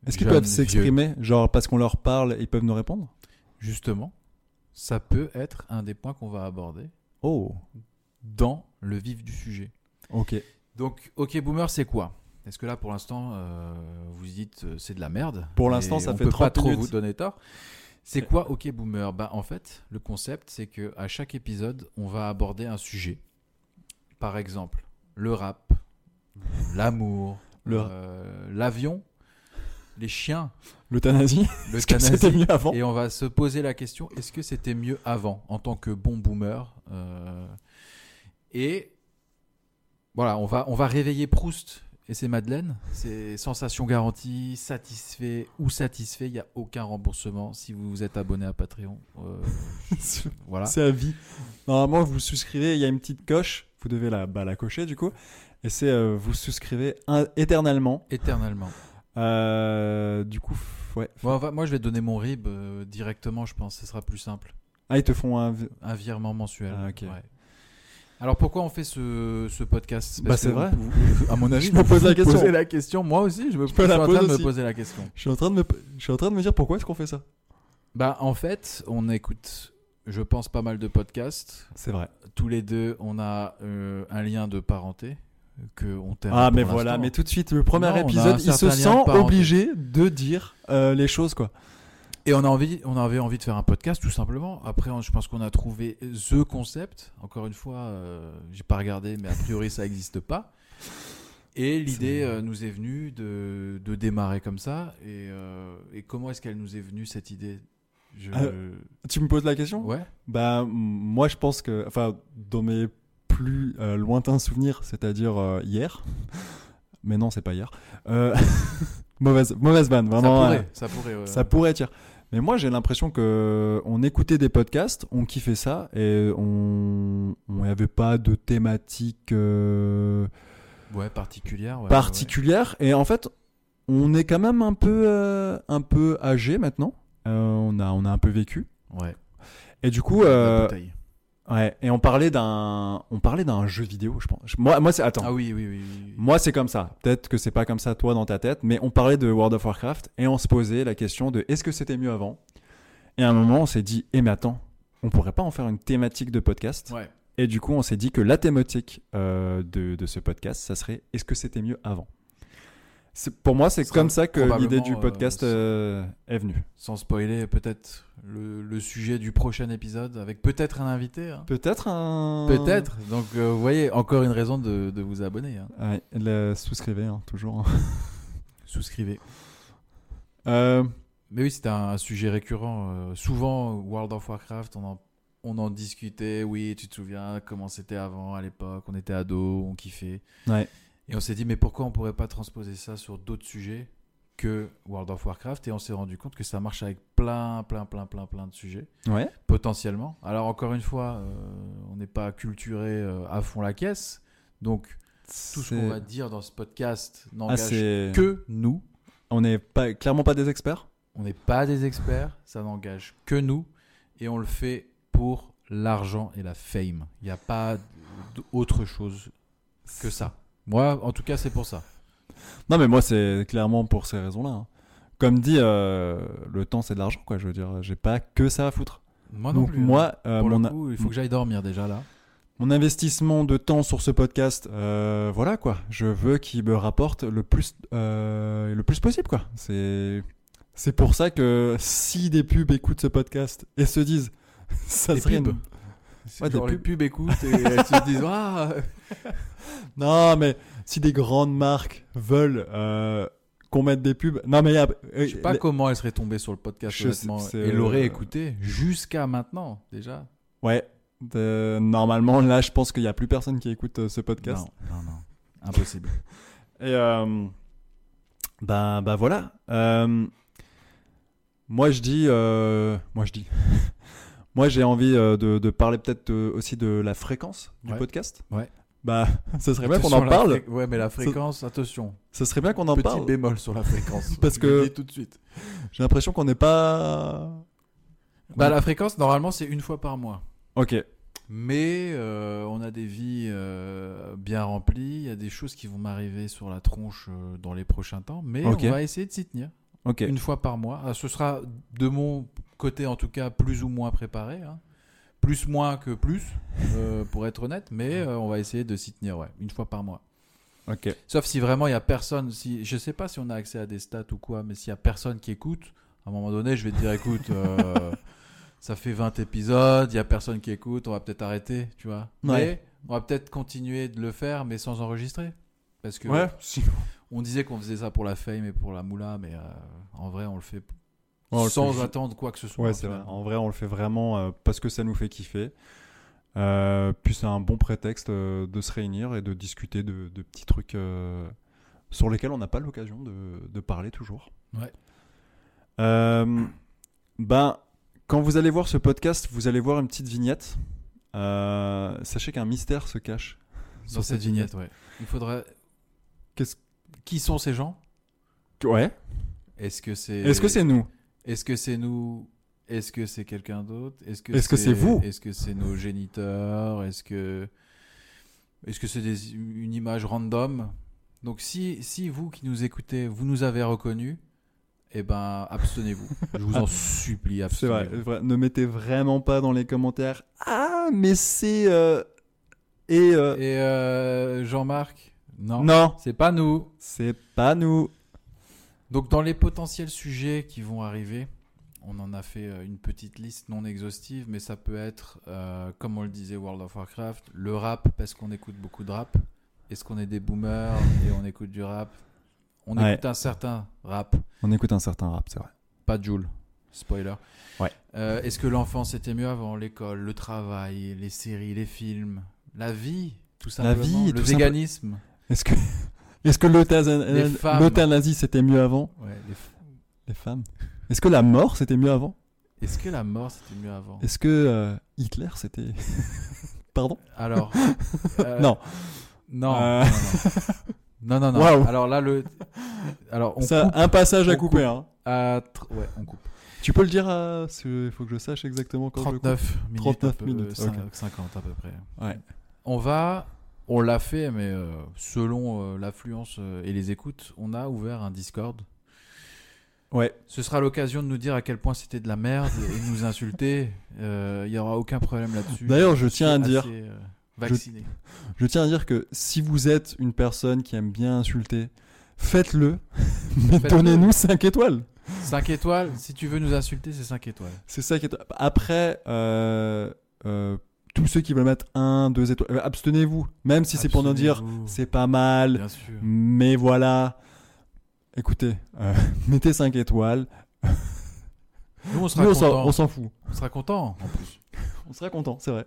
S2: Est-ce qu'ils
S1: jeune,
S2: peuvent
S1: vieux,
S2: s'exprimer, genre parce qu'on leur parle, ils peuvent nous répondre
S1: Justement, ça peut être un des points qu'on va aborder
S2: Oh,
S1: dans le vif du sujet.
S2: ok.
S1: Donc, OK Boomer, c'est quoi Est-ce que là, pour l'instant, euh, vous dites euh, c'est de la merde
S2: Pour
S1: et
S2: l'instant, ça
S1: on
S2: fait
S1: peut
S2: 30
S1: pas trop
S2: minutes.
S1: vous donner tort. C'est quoi OK Boomer Bah, en fait, le concept, c'est que à chaque épisode, on va aborder un sujet. Par exemple, le rap, l'amour,
S2: Le-
S1: euh, l'avion, les chiens,
S2: L'euthanasie,
S1: le
S2: est-ce que c'était mieux avant
S1: et on va se poser la question est-ce que c'était mieux avant, en tant que bon boomer euh, Et voilà, on va, on va réveiller Proust et ses Madeleines. C'est sensation garantie, satisfait ou satisfait. Il n'y a aucun remboursement si vous vous êtes abonné à Patreon. euh, voilà.
S2: C'est à vie. Normalement, vous souscrivez, il y a une petite coche, vous devez la, bah, la cocher du coup, et c'est euh, vous souscrivez un- éternellement.
S1: Éternellement.
S2: Euh, du coup, f- ouais.
S1: Bon, on va- moi, je vais donner mon RIB euh, directement, je pense. Ce sera plus simple.
S2: Ah, ils te font un. v-
S1: Un virement mensuel.
S2: Ah, ok.
S1: ouais. Alors, pourquoi on fait ce, ce podcast
S2: Bah,
S1: Parce
S2: c'est
S1: que
S2: vrai.
S1: vous- À mon avis,
S2: Je me pose la
S1: vous vous
S2: question.
S1: posez la question. Moi aussi, je me,
S2: peux
S1: je
S2: la
S1: suis en
S2: poser
S1: train de me
S2: aussi.
S1: poser la question.
S2: Je suis en train de me, je suis en train de me dire pourquoi est-ce qu'on fait ça.
S1: Bah, en fait, on écoute, je pense, pas mal de podcasts.
S2: C'est vrai.
S1: Tous les deux, on a euh, un lien de parenté que on t'aime.
S2: Ah,
S1: pour
S2: mais voilà,
S1: l'instant.
S2: mais tout de suite, le premier
S1: Non, on a un
S2: épisode, il se
S1: certain lien de
S2: sent
S1: parenté.
S2: obligé de dire euh, les choses quoi.
S1: Et on a envie, on avait envie de faire un podcast, tout simplement. Après, on- je pense qu'on a trouvé the concept. Encore une fois, euh, j'ai pas regardé, mais a priori, ça n'existe pas. Et l'idée
S2: C'est-
S1: euh, nous est venue de, de démarrer comme ça. Et, euh, et comment est-ce qu'elle nous est venue cette idée Je...
S2: Euh, Tu me poses la question
S1: Ouais.
S2: Bah, m- moi, je pense que, enfin, dans mes plus euh, lointains souvenirs, c'est-à-dire euh, hier, mais non, c'est pas hier. Euh, mauvaise, mauvaise vanne, vraiment. euh,
S1: ça pourrait, ça pourrait. ouais.
S2: ça pourrait dire. Mais moi, j'ai l'impression que euh, on écoutait des podcasts, on kiffait ça, et on n'avait pas de thématique euh,
S1: Ouais, particulière. ouais, ouais, ouais.
S2: particulière. Et en fait, On est quand même un peu, euh, un peu âgé maintenant. Euh, on, a, on a un peu vécu.
S1: Ouais.
S2: Et du coup,
S1: La
S2: euh,
S1: bouteille.
S2: ouais, et on parlait d'un, on parlait d'un jeu vidéo, je pense. Je- Moi, moi, c'est attends.
S1: Ah oui, oui, oui. oui, oui.
S2: Moi, c'est comme ça. Peut-être que c'est pas comme ça toi dans ta tête, mais on parlait de World of Warcraft et on se posait la question de est-ce que c'était mieux avant Et à un moment, on s'est dit eh mais attends, on pourrait pas en faire une thématique de podcast
S1: Ouais.
S2: Et du coup, on s'est dit que la thématique euh, de, de ce podcast, ça serait est-ce que c'était mieux avant C'est- Pour moi, c'est
S1: Ce
S2: comme
S1: sera
S2: ça que l'idée
S1: probablement,
S2: du
S1: euh,
S2: podcast
S1: ce-
S2: euh, est venue.
S1: Sans spoiler, peut-être le, le sujet du prochain épisode avec peut-être un invité. hein.
S2: Peut-être un.
S1: Peut-être. Donc, euh, vous voyez, encore une raison de, de vous abonner. hein.
S2: Ouais, le souscrivez hein, toujours.
S1: Souscrivez.
S2: Euh,
S1: Mais oui, c'est un, sujet récurrent. euh, souvent, World of Warcraft, on en, on en discutait. Oui, tu te souviens comment c'était avant, à l'époque. On était ados, on kiffait.
S2: Ouais.
S1: Et on s'est dit, mais pourquoi on pourrait pas transposer ça sur d'autres sujets que World of Warcraft Et on s'est rendu compte que ça marche avec plein, plein, plein, plein, plein de sujets.
S2: ouais.
S1: Potentiellement. Alors encore une fois, euh, on n'est pas culturé euh, à fond la caisse, donc tout ce
S2: C'est-
S1: qu'on va dire dans ce podcast
S2: Ah,
S1: n'engage
S2: c'est-
S1: que nous.
S2: On n'est pas clairement pas des experts.
S1: On n'est pas des experts, ça n'engage que nous, et on le fait pour l'argent et la fame. Il n'y a pas d'autre chose que ça. Moi, en tout cas, c'est pour ça.
S2: Non, mais moi, c'est clairement pour ces raisons-là. hein. Comme dit, euh, le temps, c'est de l'argent, quoi. Je veux dire, j'ai pas que ça à foutre.
S1: Moi non
S2: Donc,
S1: plus. hein.
S2: moi, euh,
S1: pour
S2: mon,
S1: le coup, il faut que j'aille dormir déjà là.
S2: mon investissement de temps sur ce podcast, euh, voilà, quoi. Je veux qu'il me rapporte le plus, euh, le plus possible, quoi. C'est. C'est pour ça que si des pubs écoutent ce podcast et se disent ça
S1: Des
S2: serait une-
S1: pubs. C'est
S2: Ouais, des
S1: genre les
S2: pubs.
S1: pubs écoutent et elles se disent Ah,
S2: non mais si des grandes marques veulent euh, qu'on mette des pubs non mais y a- euh,
S1: Je sais pas comment elle serait tombée sur le podcast
S2: Je sais-
S1: honnêtement,
S2: c'est-
S1: et l'aurait écouté jusqu'à maintenant déjà.
S2: Ouais. de- normalement, là, je pense qu'il n'y a plus personne qui écoute euh, ce podcast.
S1: Non, non, non, impossible.
S2: Et euh, bah, bah voilà. Euh, moi, je dis. euh, moi, je dis. moi, j'ai envie euh, de, de parler peut-être euh, aussi de la fréquence du
S1: Ouais.
S2: podcast.
S1: Ouais.
S2: Bah, ce serait bien qu'on
S1: Attention,
S2: en
S1: la
S2: parle.
S1: fré- Ouais, mais la fréquence, attention.
S2: Ce serait bien qu'on en
S1: Petit
S2: parle.
S1: bémol sur la fréquence.
S2: Parce
S1: Je le
S2: que-
S1: dis tout de suite.
S2: J'ai l'impression qu'on n'est pas.
S1: Bah la fréquence normalement c'est une fois par mois.
S2: Ok.
S1: Mais euh, on a des vies euh, bien remplies, il y a des choses qui vont m'arriver sur la tronche euh, dans les prochains temps, mais
S2: Ok.
S1: on va essayer de s'y tenir.
S2: Ok.
S1: Une fois par mois. Ah, Ce sera de mon côté en tout cas plus ou moins préparé. hein. Plus moins que plus, euh, pour être honnête, mais euh, on va essayer de s'y tenir, ouais, une fois par mois.
S2: Ok.
S1: Sauf si vraiment il y a personne, si je sais pas si on a accès à des stats ou quoi, mais s'il y a personne qui écoute, à un moment donné, je vais te dire, écoute, euh, ça fait 20 épisodes, il y a personne qui écoute, on va peut-être arrêter, tu vois.
S2: Ouais.
S1: Mais on va peut-être continuer de le faire, mais sans enregistrer, parce que
S2: Ouais.
S1: on disait qu'on faisait ça pour la fame et pour la moula, mais euh, en vrai, on le fait
S2: On le
S1: sans
S2: fait-
S1: attendre quoi que ce soit.
S2: Ouais, c'est vrai.
S1: finalement.
S2: En vrai, on le fait vraiment euh, parce que ça nous fait kiffer. Euh, puis c'est un bon prétexte euh, de se réunir et de discuter de, de petits trucs euh, sur lesquels on n'a pas l'occasion de, de parler toujours.
S1: Ouais.
S2: Euh, ben, quand vous allez voir ce podcast, vous allez voir une petite vignette. Euh, sachez qu'un mystère se cache.
S1: Dans cette vignette, ouais. Il faudrait.
S2: Qu'est-ce-
S1: Qui sont ces gens
S2: Ouais.
S1: Est-ce que c'est.
S2: Est-ce que c'est nous
S1: Est-ce que c'est nous Est-ce que c'est quelqu'un d'autre Est-ce que
S2: Est-ce que c'est vous
S1: Est-ce que c'est nos géniteurs Est-ce que est-ce que c'est des- une image random Donc si si vous qui nous écoutez, vous nous avez reconnus, eh ben abstenez-vous. Je vous en supplie,
S2: C'est vrai,
S1: abstenez-vous.
S2: vrai. Ne mettez vraiment pas dans les commentaires. Ah, mais c'est. euh, Et. euh,
S1: Et euh, Jean-Marc Non,
S2: Non,
S1: c'est pas nous.
S2: c'est pas nous.
S1: Donc dans les potentiels sujets qui vont arriver, on en a fait euh, une petite liste non exhaustive, mais ça peut être, euh, comme on le disait, World of Warcraft, le rap, parce qu'on écoute beaucoup de rap. Est-ce qu'on est des boomers et on écoute du rap On
S2: Ouais.
S1: écoute un certain rap,
S2: On écoute un certain rap, c'est vrai.
S1: pas Joule, spoiler.
S2: Ouais.
S1: Euh, Est-ce que l'enfance était mieux avant L'école, le travail, les séries, les films, la vie tout
S2: La
S1: simplement,
S2: vie,
S1: le
S2: tout simple-
S1: véganisme.
S2: Est-ce que, est-ce que l'euthas-
S1: Les femmes.
S2: l'euthanasie c'était mieux avant
S1: Ouais, les f-
S2: Les femmes. Est-ce que la mort c'était mieux avant
S1: Est-ce que la mort c'était mieux avant
S2: Est-ce que euh, Hitler c'était. Pardon
S1: Alors. euh,
S2: Non.
S1: Non.
S2: Euh.
S1: non, non. Non, non, non.
S2: Waouh.
S1: Alors là, le. Alors, on
S2: Ça,
S1: coupe.
S2: un passage à
S1: on
S2: couper. Hein.
S1: à tr- Ouais, on coupe.
S2: Tu peux le dire à. Il faut que je sache exactement quand je le coupe.
S1: 39 minutes.
S2: 39
S1: à peu-
S2: minutes,
S1: euh, cin-
S2: ok.
S1: 50 à peu près.
S2: Ouais.
S1: On va. On l'a fait, mais euh, selon euh, l'affluence euh, et les écoutes, on a ouvert un Discord.
S2: Ouais.
S1: Ce sera l'occasion de nous dire à quel point c'était de la merde et de nous insulter. Euh, Il y n'y aura aucun problème là-dessus.
S2: D'ailleurs, je tiens à
S1: Assez,
S2: dire-
S1: euh, vacciné.
S2: Je tiens à dire que si vous êtes une personne qui aime bien insulter, faites-le, mais
S1: Faites-le.
S2: donnez-nous 5 étoiles.
S1: 5 étoiles, si tu veux nous insulter, c'est 5 étoiles.
S2: C'est ça qui est. Après, euh, euh, tous ceux qui veulent mettre 1, 2 étoiles, euh, abstenez-vous. Même si c'est pour nous dire
S1: Abstenez-vous.
S2: c'est pas mal,
S1: Bien sûr.
S2: mais voilà. Écoutez, euh, mettez 5 étoiles.
S1: Nous, on sera
S2: Nous, on
S1: contents.
S2: s'en- on s'en fout.
S1: On sera contents, en plus.
S2: On sera content, c'est vrai.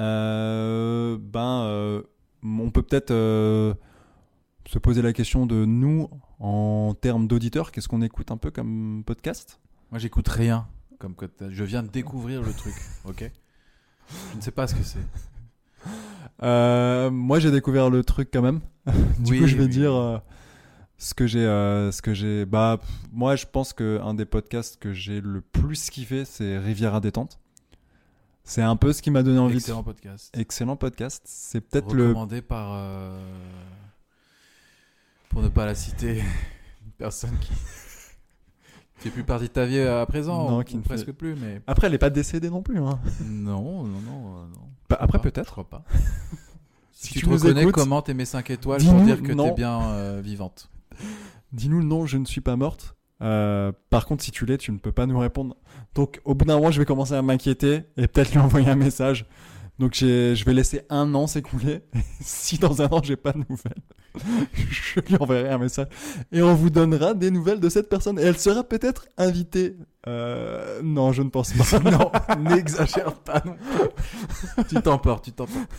S2: Euh, ben, euh, on peut peut-être euh, se poser la question de nous, en termes d'auditeurs, qu'est-ce qu'on écoute un peu comme podcast
S1: Moi, j'écoute rien. Comme que t'as- je viens de découvrir le truc, ok Je ne sais pas ce que c'est.
S2: Euh, Moi, j'ai découvert le truc quand même. du
S1: Oui,
S2: coup, je vais
S1: oui.
S2: dire euh, ce que j'ai. euh, ce que j'ai. Bah, pff, moi, je pense que un des podcasts que j'ai le plus kiffé, c'est Riviera détente. C'est un peu ce qui m'a donné envie.
S1: Excellent
S2: De...
S1: podcast.
S2: Excellent podcast. C'est peut-être le
S1: Recommandé par... euh, Pour ne pas la citer, une personne qui... qui fait plus partie de ta vie à présent,
S2: Non,
S1: ou-
S2: qui
S1: ou
S2: ne fait-
S1: presque plus, mais...
S2: Après, elle n'est pas décédée non plus. Hein.
S1: Non, non, non, euh, non.
S2: Bah, après,
S1: Pas, Je
S2: peut-être.
S1: crois pas. Si,
S2: Si
S1: tu,
S2: tu
S1: te
S2: nous
S1: reconnais,
S2: écoutes,
S1: comment t'es mes 5 étoiles pour
S2: dis-nous
S1: dire que t'es
S2: non.
S1: bien euh, vivante
S2: Dis-nous non, je ne suis pas morte. Euh, par contre, si tu l'es, tu ne peux pas nous répondre. Donc, au bout d'un moment, je vais commencer à m'inquiéter et peut-être lui envoyer un message. Donc, j'ai- je vais laisser un an s'écouler. si dans un an, j'ai pas de nouvelles, je lui enverrai un message et on vous donnera des nouvelles de cette personne. Et elle sera peut-être invitée. Euh, non, je ne pense pas. non, n'exagère pas. Non.
S1: tu t'emportes, tu t'emportes.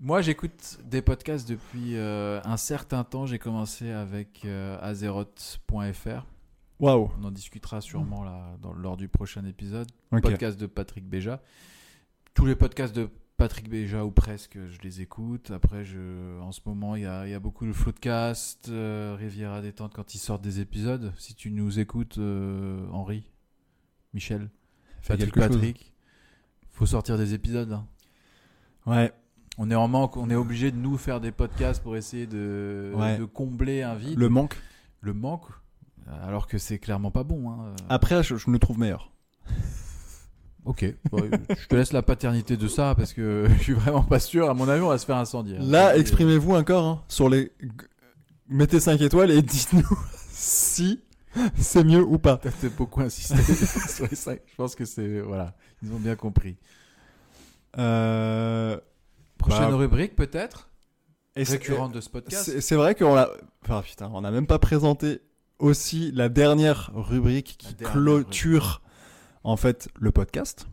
S1: Moi, j'écoute des podcasts depuis euh, un certain temps. J'ai commencé avec euh, azeroth.fr.
S2: Waouh.
S1: On en discutera sûrement là, dans- lors du prochain épisode.
S2: Ok.
S1: Podcast de Patrick Béja. Tous les podcasts de Patrick Béja, ou presque, je les écoute. Après, je, en ce moment, il y a, il y a beaucoup de Floodcast, euh, Riviera Détente, quand ils sortent des épisodes. Si tu nous écoutes, euh, Henri, Michel,
S2: Fais
S1: Patrick,
S2: quelque chose.
S1: Patrick, faut sortir des épisodes. hein.
S2: Ouais.
S1: On est en manque, on est obligé de nous faire des podcasts pour essayer de,
S2: Ouais.
S1: de combler un vide, le,
S2: Le manque.
S1: manque, alors que c'est clairement pas bon. hein.
S2: Après, je, je me trouve meilleur.
S1: Ok, bon, je te laisse la paternité de ça parce que je suis vraiment pas sûr. À mon avis, on va se faire incendier. hein.
S2: Là,
S1: Et-
S2: exprimez-vous encore hein, sur les. g- Mettez 5 étoiles et dites-nous si c'est mieux ou pas.
S1: T'as t'as beaucoup insisté sur les cinq. Je pense que c'est voilà, ils ont bien compris.
S2: Euh,
S1: Prochaine
S2: Bah,
S1: rubrique peut-être
S2: et c'est-
S1: récurrente de ce podcast.
S2: C'est c'est vrai qu'on l'a. Enfin, putain, on n'a même pas présenté aussi la dernière rubrique
S1: La
S2: qui
S1: dernière
S2: clôture en fait le podcast.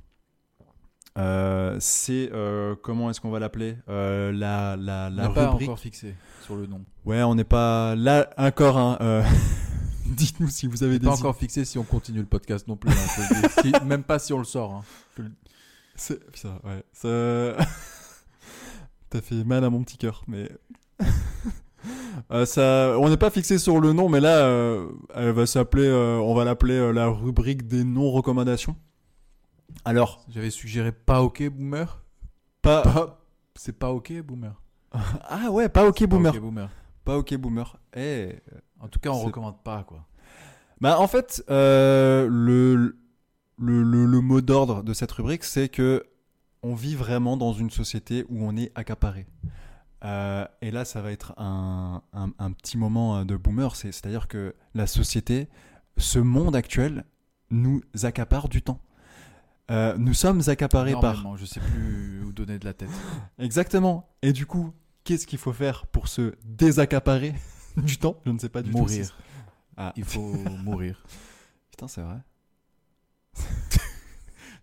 S2: Euh, c'est euh, comment est-ce qu'on va l'appeler Euh, la, la,
S1: On
S2: la
S1: n'a pas
S2: rubrique
S1: encore fixé sur le nom.
S2: ouais on n'est pas là encore hein, euh, dites-nous si vous avez
S1: On n'est
S2: des
S1: pas
S2: idées.
S1: encore fixé si on continue le podcast non plus. hein, je te le dis. Si- même pas si on le sort. hein.
S2: C'est... Putain, ouais. Ça... T'as fait mal à mon petit cœur, mais... Euh, ça... On n'est pas fixé sur le nom, mais là, euh, elle va s'appeler... euh, On va l'appeler euh, la rubrique des non-recommandations. Alors,
S1: J'avais suggéré pas ok boomer.
S2: pas...
S1: Pas- C'est pas ok, boomer.
S2: Ah ouais, pas OK Boomer.
S1: Pas ok, boomer.
S2: Pas OK Boomer. Eh...
S1: En tout cas, on
S2: C'est-
S1: recommande pas quoi.
S2: Bah, en fait, euh, le, le, le, le mot d'ordre de cette rubrique, c'est que on vit vraiment dans une société où on est accaparé. Euh, et là, ça va être un, un, un petit moment euh, de boomer. C'est- C'est-à-dire que la société, ce monde actuel, nous accapare du temps. Euh, nous sommes accaparés par.
S1: Normalement, je sais plus où donner de la tête.
S2: Exactement. Et du coup, qu'est-ce qu'il faut faire pour se désaccaparer du temps Je ne sais pas du tout. si-
S1: mourir.
S2: Ah,
S1: Il faut mourir.
S2: putain, c'est vrai.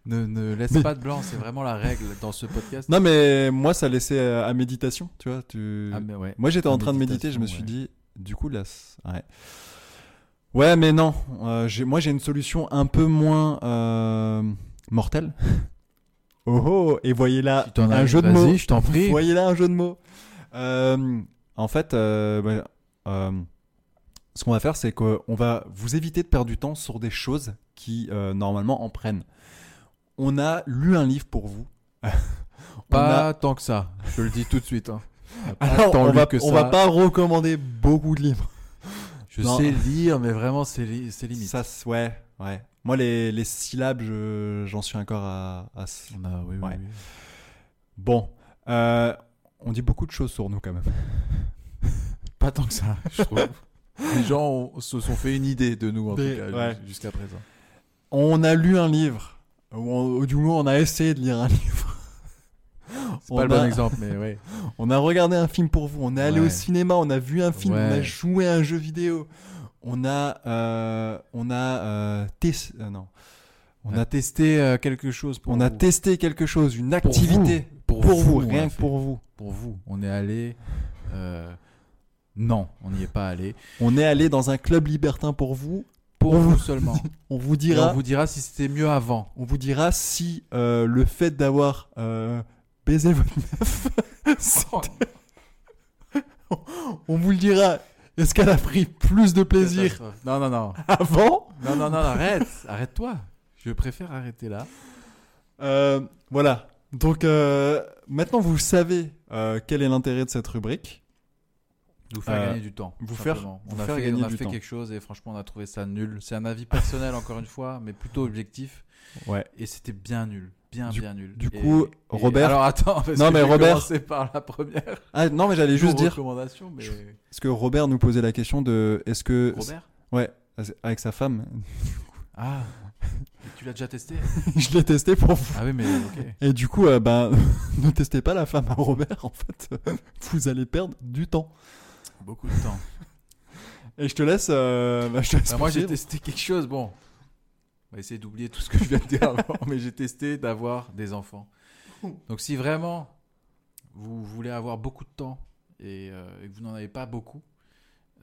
S1: Ne, ne laisse
S2: Mais-
S1: pas de blanc, c'est vraiment la règle dans ce podcast.
S2: Non, mais moi, ça laissait euh, à méditation, tu vois. Tu...
S1: Ah, mais ouais.
S2: Moi, j'étais
S1: à
S2: en train de méditer, je me suis
S1: méditation,
S2: dit, du coup, là. c- Ouais, ouais mais non. euh, j'ai- moi, j'ai une solution un peu moins euh, mortelle. Oh oh, et voyez là
S1: Si t'en as
S2: un
S1: une,
S2: jeu de
S1: vas-y,
S2: mots.
S1: je t'en prie.
S2: Voyez là un jeu de mots. Euh, en fait, euh, bah, euh, ce qu'on va faire, c'est qu'on va vous éviter de perdre du temps sur des choses qui, euh, normalement, en prennent. On a lu un livre pour vous. On
S1: Pas tant que ça. Je te le dis tout de suite. hein. Pas
S2: Alors,
S1: tant
S2: on
S1: lu
S2: va,
S1: que
S2: on
S1: ça.
S2: va pas recommander beaucoup de livres.
S1: Je
S2: Non.
S1: sais lire, mais vraiment, c'est li- c'est limite.
S2: Ça, c'est- ouais, ouais. Moi, les, les syllabes, je- j'en suis encore à, à ce-
S1: On a, oui, oui,
S2: Ouais.
S1: oui.
S2: Bon, euh, on dit beaucoup de choses sur nous quand même.
S1: Pas tant que ça, je trouve. Les gens ont- se sont fait une idée de nous, en
S2: Des-
S1: tout cas,
S2: ouais.
S1: jus- jusqu'à présent.
S2: On a lu un livre, ou, on- ou du moins on a essayé de lire un livre.
S1: C'est
S2: On
S1: pas le bon
S2: a-
S1: exemple, mais ouais.
S2: On a regardé un film pour vous, on est allé
S1: Ouais.
S2: au cinéma, on a vu un film, on a
S1: Ouais.
S2: joué à un jeu vidéo, on a, euh, on a, euh, tes- euh, non,
S1: On
S2: On
S1: a
S2: a
S1: testé euh, quelque chose pour
S2: on a
S1: vous.
S2: testé quelque chose, une
S1: Pour vous.
S2: activité
S1: Pour,
S2: pour, vous,
S1: on l'a
S2: rien que
S1: fait.
S2: pour vous.
S1: Pour vous. On est allé. euh, Non, on n'y est pas allé.
S2: On est allé dans un club libertin pour vous.
S1: Pour
S2: On
S1: vous,
S2: vous
S1: seulement.
S2: On vous
S1: Et
S2: dira,
S1: on vous dira si c'était mieux avant.
S2: on vous dira si euh, le fait d'avoir euh, baisé votre meuf,
S1: Oh,
S2: on vous le dira. Est-ce qu'elle a pris plus de plaisir
S1: Catastrophe. Non, non, non.
S2: avant
S1: Non, non, non, arrête. Arrête-toi. Je préfère arrêter là.
S2: Euh, Voilà. Donc euh, maintenant vous savez euh, quel est l'intérêt de cette rubrique.
S1: Vous faire
S2: Euh,
S1: gagner du temps.
S2: vous
S1: tout
S2: faire-
S1: simplement.
S2: vous
S1: on a
S2: faire
S1: fait,
S2: gagner
S1: on a
S2: du
S1: fait
S2: temps.
S1: quelque chose et franchement, on a trouvé ça nul. C'est un avis personnel, encore une fois, mais plutôt objectif.
S2: Ouais.
S1: Et c'était bien nul. Bien, bien nul.
S2: Du
S1: Et-
S2: coup,
S1: et-
S2: Robert-
S1: Alors attends, parce
S2: Non,
S1: que
S2: mais
S1: j'ai
S2: Robert-
S1: commencé par la première.
S2: Ah non mais j'allais juste dire
S1: recommandation, mais.
S2: Je- parce que Robert nous posait la question de est-ce que
S1: Robert
S2: ouais avec sa femme
S1: Ah Tu l'as déjà testé
S2: je l'ai testé pour vous.
S1: Ah oui, mais ok.
S2: Et du coup, euh, ben, ne testez pas la femme à Robert, en fait. Vous allez perdre du temps.
S1: Beaucoup de temps.
S2: Et je te laisse. euh, ben, je te laisse
S1: Bah, moi, j'ai
S2: poursuivre.
S1: testé quelque chose. Bon, on va essayer d'oublier tout ce que je viens de dire avant, mais j'ai testé d'avoir des enfants. Donc, si vraiment vous voulez avoir beaucoup de temps et, euh, et que vous n'en avez pas beaucoup,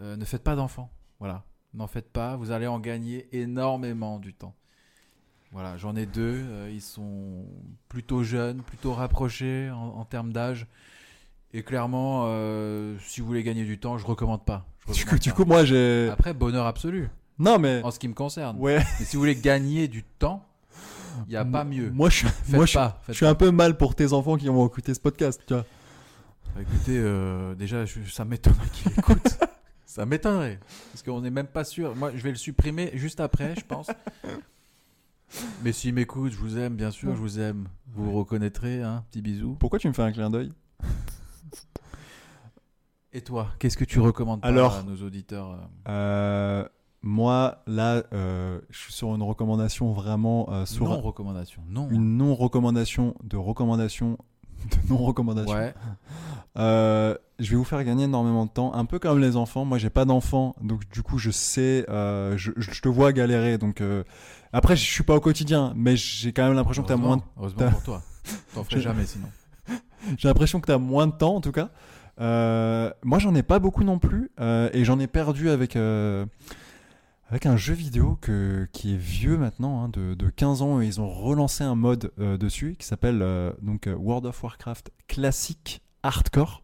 S1: euh, ne faites pas d'enfants. Voilà, n'en faites pas. Vous allez en gagner énormément du temps. Voilà, j'en ai deux. euh, ils sont plutôt jeunes, plutôt rapprochés en, en termes d'âge. Et clairement, euh, si vous voulez gagner du temps, je recommande pas. Ah. Je
S2: Du coup,
S1: recommande
S2: du
S1: pas.
S2: coup, moi, j'ai.
S1: Après, bonheur absolu
S2: Non, mais.
S1: en ce qui me concerne.
S2: Ouais.
S1: Mais si vous voulez gagner du temps, il n'y a pas mieux.
S2: Moi, je suis,
S1: Faites
S2: moi, je, suis-
S1: pas.
S2: je
S1: faites
S2: suis un peu mal pour tes enfants qui vont écouter ce podcast, tu vois.
S1: pas. Bah, Écoutez, euh, déjà, je- ça m'étonnerait qu'il écoute. ça m'étonnerait. Parce qu'on n'est même pas sûr. Moi, je vais le supprimer juste après, je pense. Mais s'il m'écoute, je vous aime, bien sûr, je vous aime. Vous vous reconnaîtrez, hein, petit bisou.
S2: Pourquoi tu me fais un clin d'œil
S1: Et toi, qu'est-ce que tu recommandes pas
S2: Euh, Alors-
S1: à nos auditeurs euh,
S2: Euh, Moi, là, euh, je suis sur une recommandation vraiment. euh, sur
S1: Non, recommandation. Non.
S2: une non-recommandation de recommandation de non-recommandation.
S1: Ouais.
S2: Euh, je vais vous faire gagner énormément de temps, un peu comme les enfants. Moi, j'ai pas d'enfants, donc du coup, je sais, euh, je, je- je te vois galérer. Donc euh, après, je suis pas au quotidien, mais j'ai quand même l'impression que t'as moins,
S1: Heureusement- Heureusement
S2: t'as-
S1: pour toi. T'en ferais
S2: Je-
S1: jamais sinon.
S2: j'ai l'impression que t'as moins de temps en tout cas. Euh, moi, j'en ai pas beaucoup non plus, euh, et j'en ai perdu avec euh, avec un jeu vidéo que qui est vieux maintenant, hein, de, de 15 ans, et ils ont relancé un mode euh, dessus qui s'appelle euh, donc euh, World of Warcraft classique hardcore.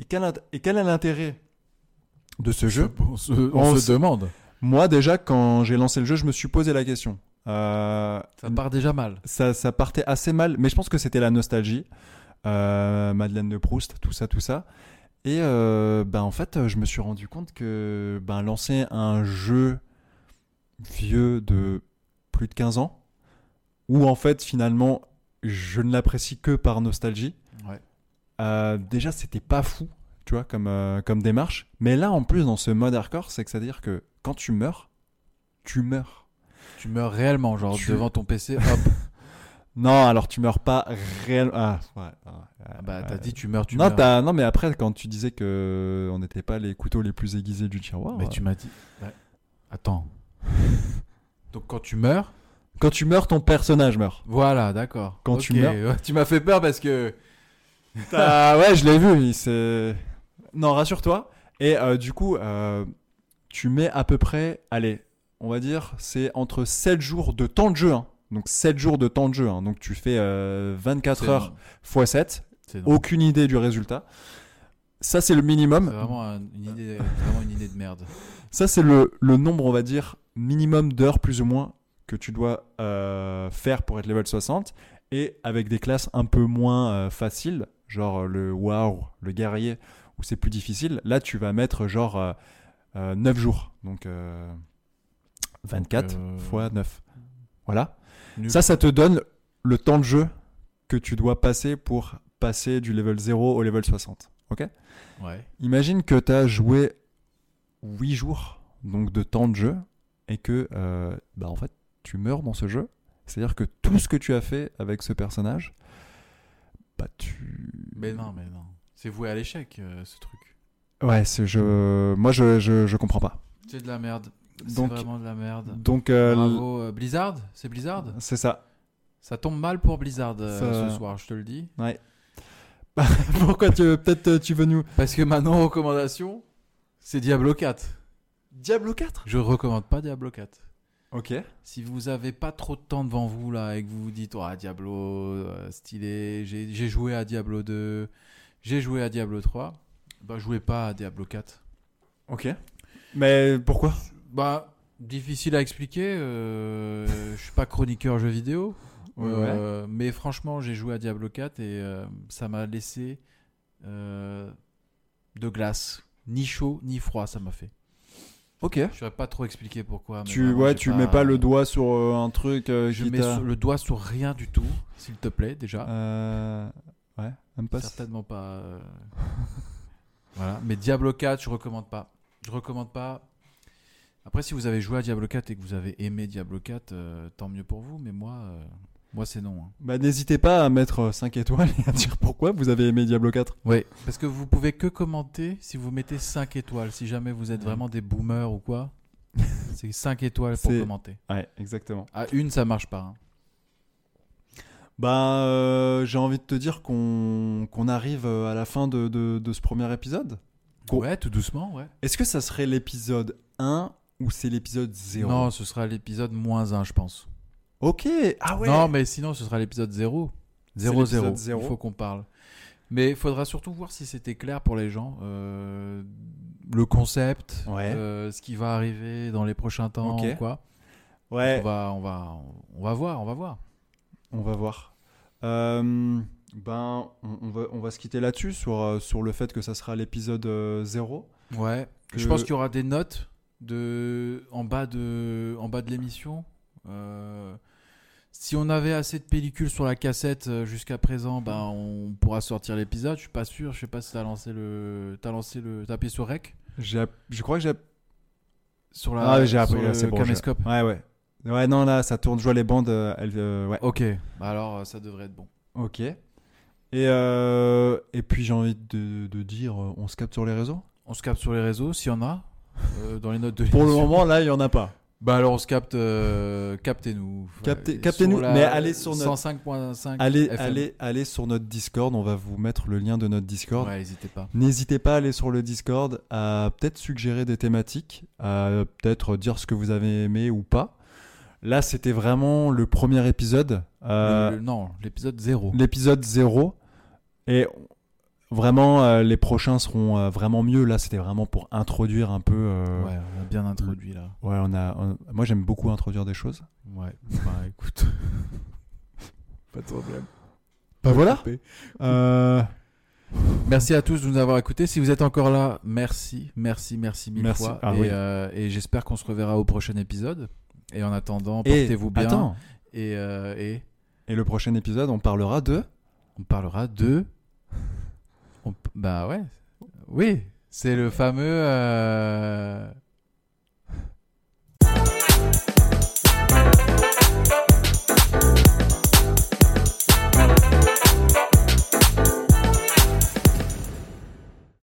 S2: Et quel, int- et quel est l'intérêt de ce jeu
S1: On se, euh, on
S2: On
S1: se
S2: se-
S1: demande.
S2: Moi, déjà, quand j'ai lancé le jeu, je me suis posé la question. Euh,
S1: Ça part déjà mal.
S2: ça, ça partait assez mal, mais je pense que c'était la nostalgie. Euh, Madeleine de Proust, tout ça, tout ça. Et euh, ben, en fait, je me suis rendu compte que ben, lancer un jeu vieux de plus de 15 ans, où en fait, finalement, je ne l'apprécie que par nostalgie,
S1: Ouais.
S2: euh, déjà, c'était pas fou, tu vois, comme, euh, comme démarche. Mais là, en plus, dans ce mode hardcore, c'est que c'est-à-dire que quand tu meurs, tu meurs.
S1: Tu meurs réellement, genre
S2: Tu-
S1: devant ton PC. Hop,
S2: Non, alors tu meurs pas réellement. Ah, ouais, ouais, ouais,
S1: Ah bah t'as
S2: ouais.
S1: dit tu meurs, tu
S2: non,
S1: meurs.
S2: t'as- non, mais après, quand tu disais que on n'était pas les couteaux les plus aiguisés du tiroir.
S1: Mais
S2: euh,
S1: tu m'as dit. Ouais. Attends. Donc quand tu meurs,
S2: Quand tu meurs, ton personnage meurt.
S1: voilà, d'accord.
S2: Quand tu
S1: Ok,
S2: meurs-
S1: ouais, tu m'as fait peur parce que
S2: Ah ouais, je l'ai vu. il s'est- Non, rassure-toi. Et euh, du coup, euh, tu mets à peu près, allez, on va dire, c'est entre 7 jours de temps de jeu. hein. Donc 7 jours de temps de jeu. hein. Donc tu fais euh, 24
S1: c'est-
S2: heures x 7.
S1: C'est donc-
S2: Aucune idée du résultat. Ça, c'est le minimum.
S1: c'est vraiment, un- une idée, euh, vraiment une idée de merde.
S2: Ça, c'est le, le nombre, on va dire, minimum d'heures plus ou moins que tu dois euh, faire pour être level 60. Et avec des classes un peu moins euh, faciles, genre euh, le wow, le guerrier, où c'est plus difficile, là, tu vas mettre genre euh, euh, 9 jours. Donc euh, 24
S1: Donc, euh,
S2: fois 9. Voilà.
S1: Nul.
S2: Ça, ça te donne le temps de jeu que tu dois passer pour passer du level 0 au level 60. Ok
S1: Ouais.
S2: Imagine que tu as joué 8 jours donc de temps de jeu et que euh, bah, en fait tu meurs dans ce jeu. C'est-à-dire que tout ce que tu as fait avec ce personnage, bah tu.
S1: Mais non, mais non. C'est voué à l'échec, euh, ce truc.
S2: Ouais, c'est je. Moi je, je, je comprends pas.
S1: C'est de la merde. C'est
S2: Donc-
S1: vraiment de la merde.
S2: Donc euh,
S1: Bravo euh, Blizzard, c'est Blizzard.
S2: c'est ça.
S1: Ça tombe mal pour Blizzard euh,
S2: Ça-
S1: ce soir, je te le dis.
S2: Pourquoi tu veux- peut-être euh, tu veux nous.
S1: Parce que ma non recommandation, c'est Diablo 4.
S2: Diablo 4
S1: Je recommande pas Diablo 4.
S2: Ok.
S1: Si vous avez pas trop de temps devant vous là et que vous vous dites oh, Diablo euh, stylé, j'ai j'ai joué à Diablo 2, j'ai joué à Diablo 3, bah jouez pas à Diablo 4.
S2: Ok. Mais pourquoi
S1: Bah difficile à expliquer, euh, je suis pas chroniqueur jeux vidéo, Euh, mais franchement j'ai joué à Diablo 4 et euh, ça m'a laissé euh, de glace, ni chaud ni froid ça m'a fait.
S2: Ok.
S1: Je saurais pas trop expliquer pourquoi. ah, mais
S2: Tu
S1: vraiment,
S2: ouais
S1: j'ai
S2: tu mets pas le doigt sur euh, un truc. euh,
S1: Je
S2: qui
S1: mets
S2: t'a-
S1: sur- le doigt sur rien du tout, s'il te plaît déjà.
S2: Euh, ouais. Même pas.
S1: Certainement pas. euh, voilà. Mais Diablo 4, je recommande pas. Je recommande pas. Après, si vous avez joué à Diablo 4 et que vous avez aimé Diablo 4, euh, tant mieux pour vous. Mais moi, euh, moi c'est non. hein.
S2: Bah, n'hésitez pas à mettre 5 étoiles et à dire pourquoi vous avez aimé Diablo 4.
S1: Ouais. Parce que vous pouvez que commenter si vous mettez 5 étoiles. Si jamais vous êtes
S2: Ouais.
S1: vraiment des boomers ou quoi, c'est 5 étoiles pour
S2: C'est-
S1: commenter.
S2: Ouais, exactement.
S1: À une, ça marche pas. hein.
S2: Bah, euh, j'ai envie de te dire qu'on qu'on arrive euh, à la fin de, de- de ce premier épisode. Qu'on-
S1: Ouais, tout doucement, ouais.
S2: Est-ce que ça serait l'épisode 1 ou c'est l'épisode 0
S1: Non, ce sera l'épisode moins 1, je pense.
S2: Ok, ah ouais
S1: Non, mais sinon, ce sera l'épisode 0. 0,
S2: C'est
S1: 0.
S2: l'épisode zéro.
S1: Il faut qu'on parle. Mais il faudra surtout voir si c'était clair pour les gens. euh, le concept,
S2: Ouais.
S1: euh, ce qui va arriver dans les prochains temps,
S2: Ok.
S1: ou quoi.
S2: Ouais,
S1: On, va, on, va, on va voir, on va voir.
S2: on va voir. Euh, ben, on, on va, on va se quitter là-dessus, sur, euh, sur le fait que ça sera l'épisode euh, 0.
S1: Ouais. Je
S2: Que-
S1: pense qu'il y aura des notes de, en bas de, en bas de l'émission. Euh, si on avait assez de pellicules sur la cassette euh, jusqu'à présent, bah, on pourra sortir l'épisode. Je suis pas sûr. Je sais pas si t'as lancé le, t'as lancé le, t'as appuyé sur rec.
S2: J'ai app- Je crois que j'ai... app-
S1: sur la
S2: Ah, j'ai
S1: sur
S2: appris,
S1: le
S2: là, c'est bon. je-
S1: caméscope.
S2: Ouais, ouais. Ouais, non, là, ça tourne, je vois les bandes, euh, elles, euh, ouais.
S1: Ok, bah alors euh, ça devrait être bon.
S2: Ok. Et, euh, et puis j'ai envie de, de dire, euh, on se capte sur les réseaux
S1: On se capte sur les réseaux s'il y en a euh, dans les notes de
S2: Pour le
S1: l'émission.
S2: moment, là, il n'y en a pas.
S1: Bah alors on se capte, euh, captez-nous.
S2: Captez-
S1: Sur
S2: captez-nous,
S1: la
S2: mais allez sur notre-
S1: 105.5.
S2: Allez,
S1: FM.
S2: allez, allez sur notre Discord, on va vous mettre le lien de notre Discord.
S1: Ouais, n'hésitez pas.
S2: N'hésitez pas à aller sur le Discord, à peut-être suggérer des thématiques, à peut-être dire ce que vous avez aimé ou pas. Là, c'était vraiment le premier épisode. Euh,
S1: Le- le- non, l'épisode 0.
S2: l'épisode 0. Et vraiment, euh, les prochains seront euh, vraiment mieux. Là, c'était vraiment pour introduire un peu. euh,
S1: Ouais, on a bien introduit là.
S2: Ouais, on a. on- Moi, j'aime beaucoup introduire des choses.
S1: Ouais, bah écoute. pas de problème.
S2: Bah voilà. Euh,
S1: Merci à tous de nous avoir écoutés. Si vous êtes encore là, merci, merci, merci mille
S2: Merci.
S1: fois.
S2: Ah
S1: et
S2: oui.
S1: euh, et j'espère qu'on se reverra au prochain épisode. Et en attendant,
S2: et
S1: portez-vous bien.
S2: Attends.
S1: Et, euh, et
S2: Et le prochain épisode, on parlera de.
S1: on parlera de. on p- Bah ouais. Oui, c'est le fameux. euh,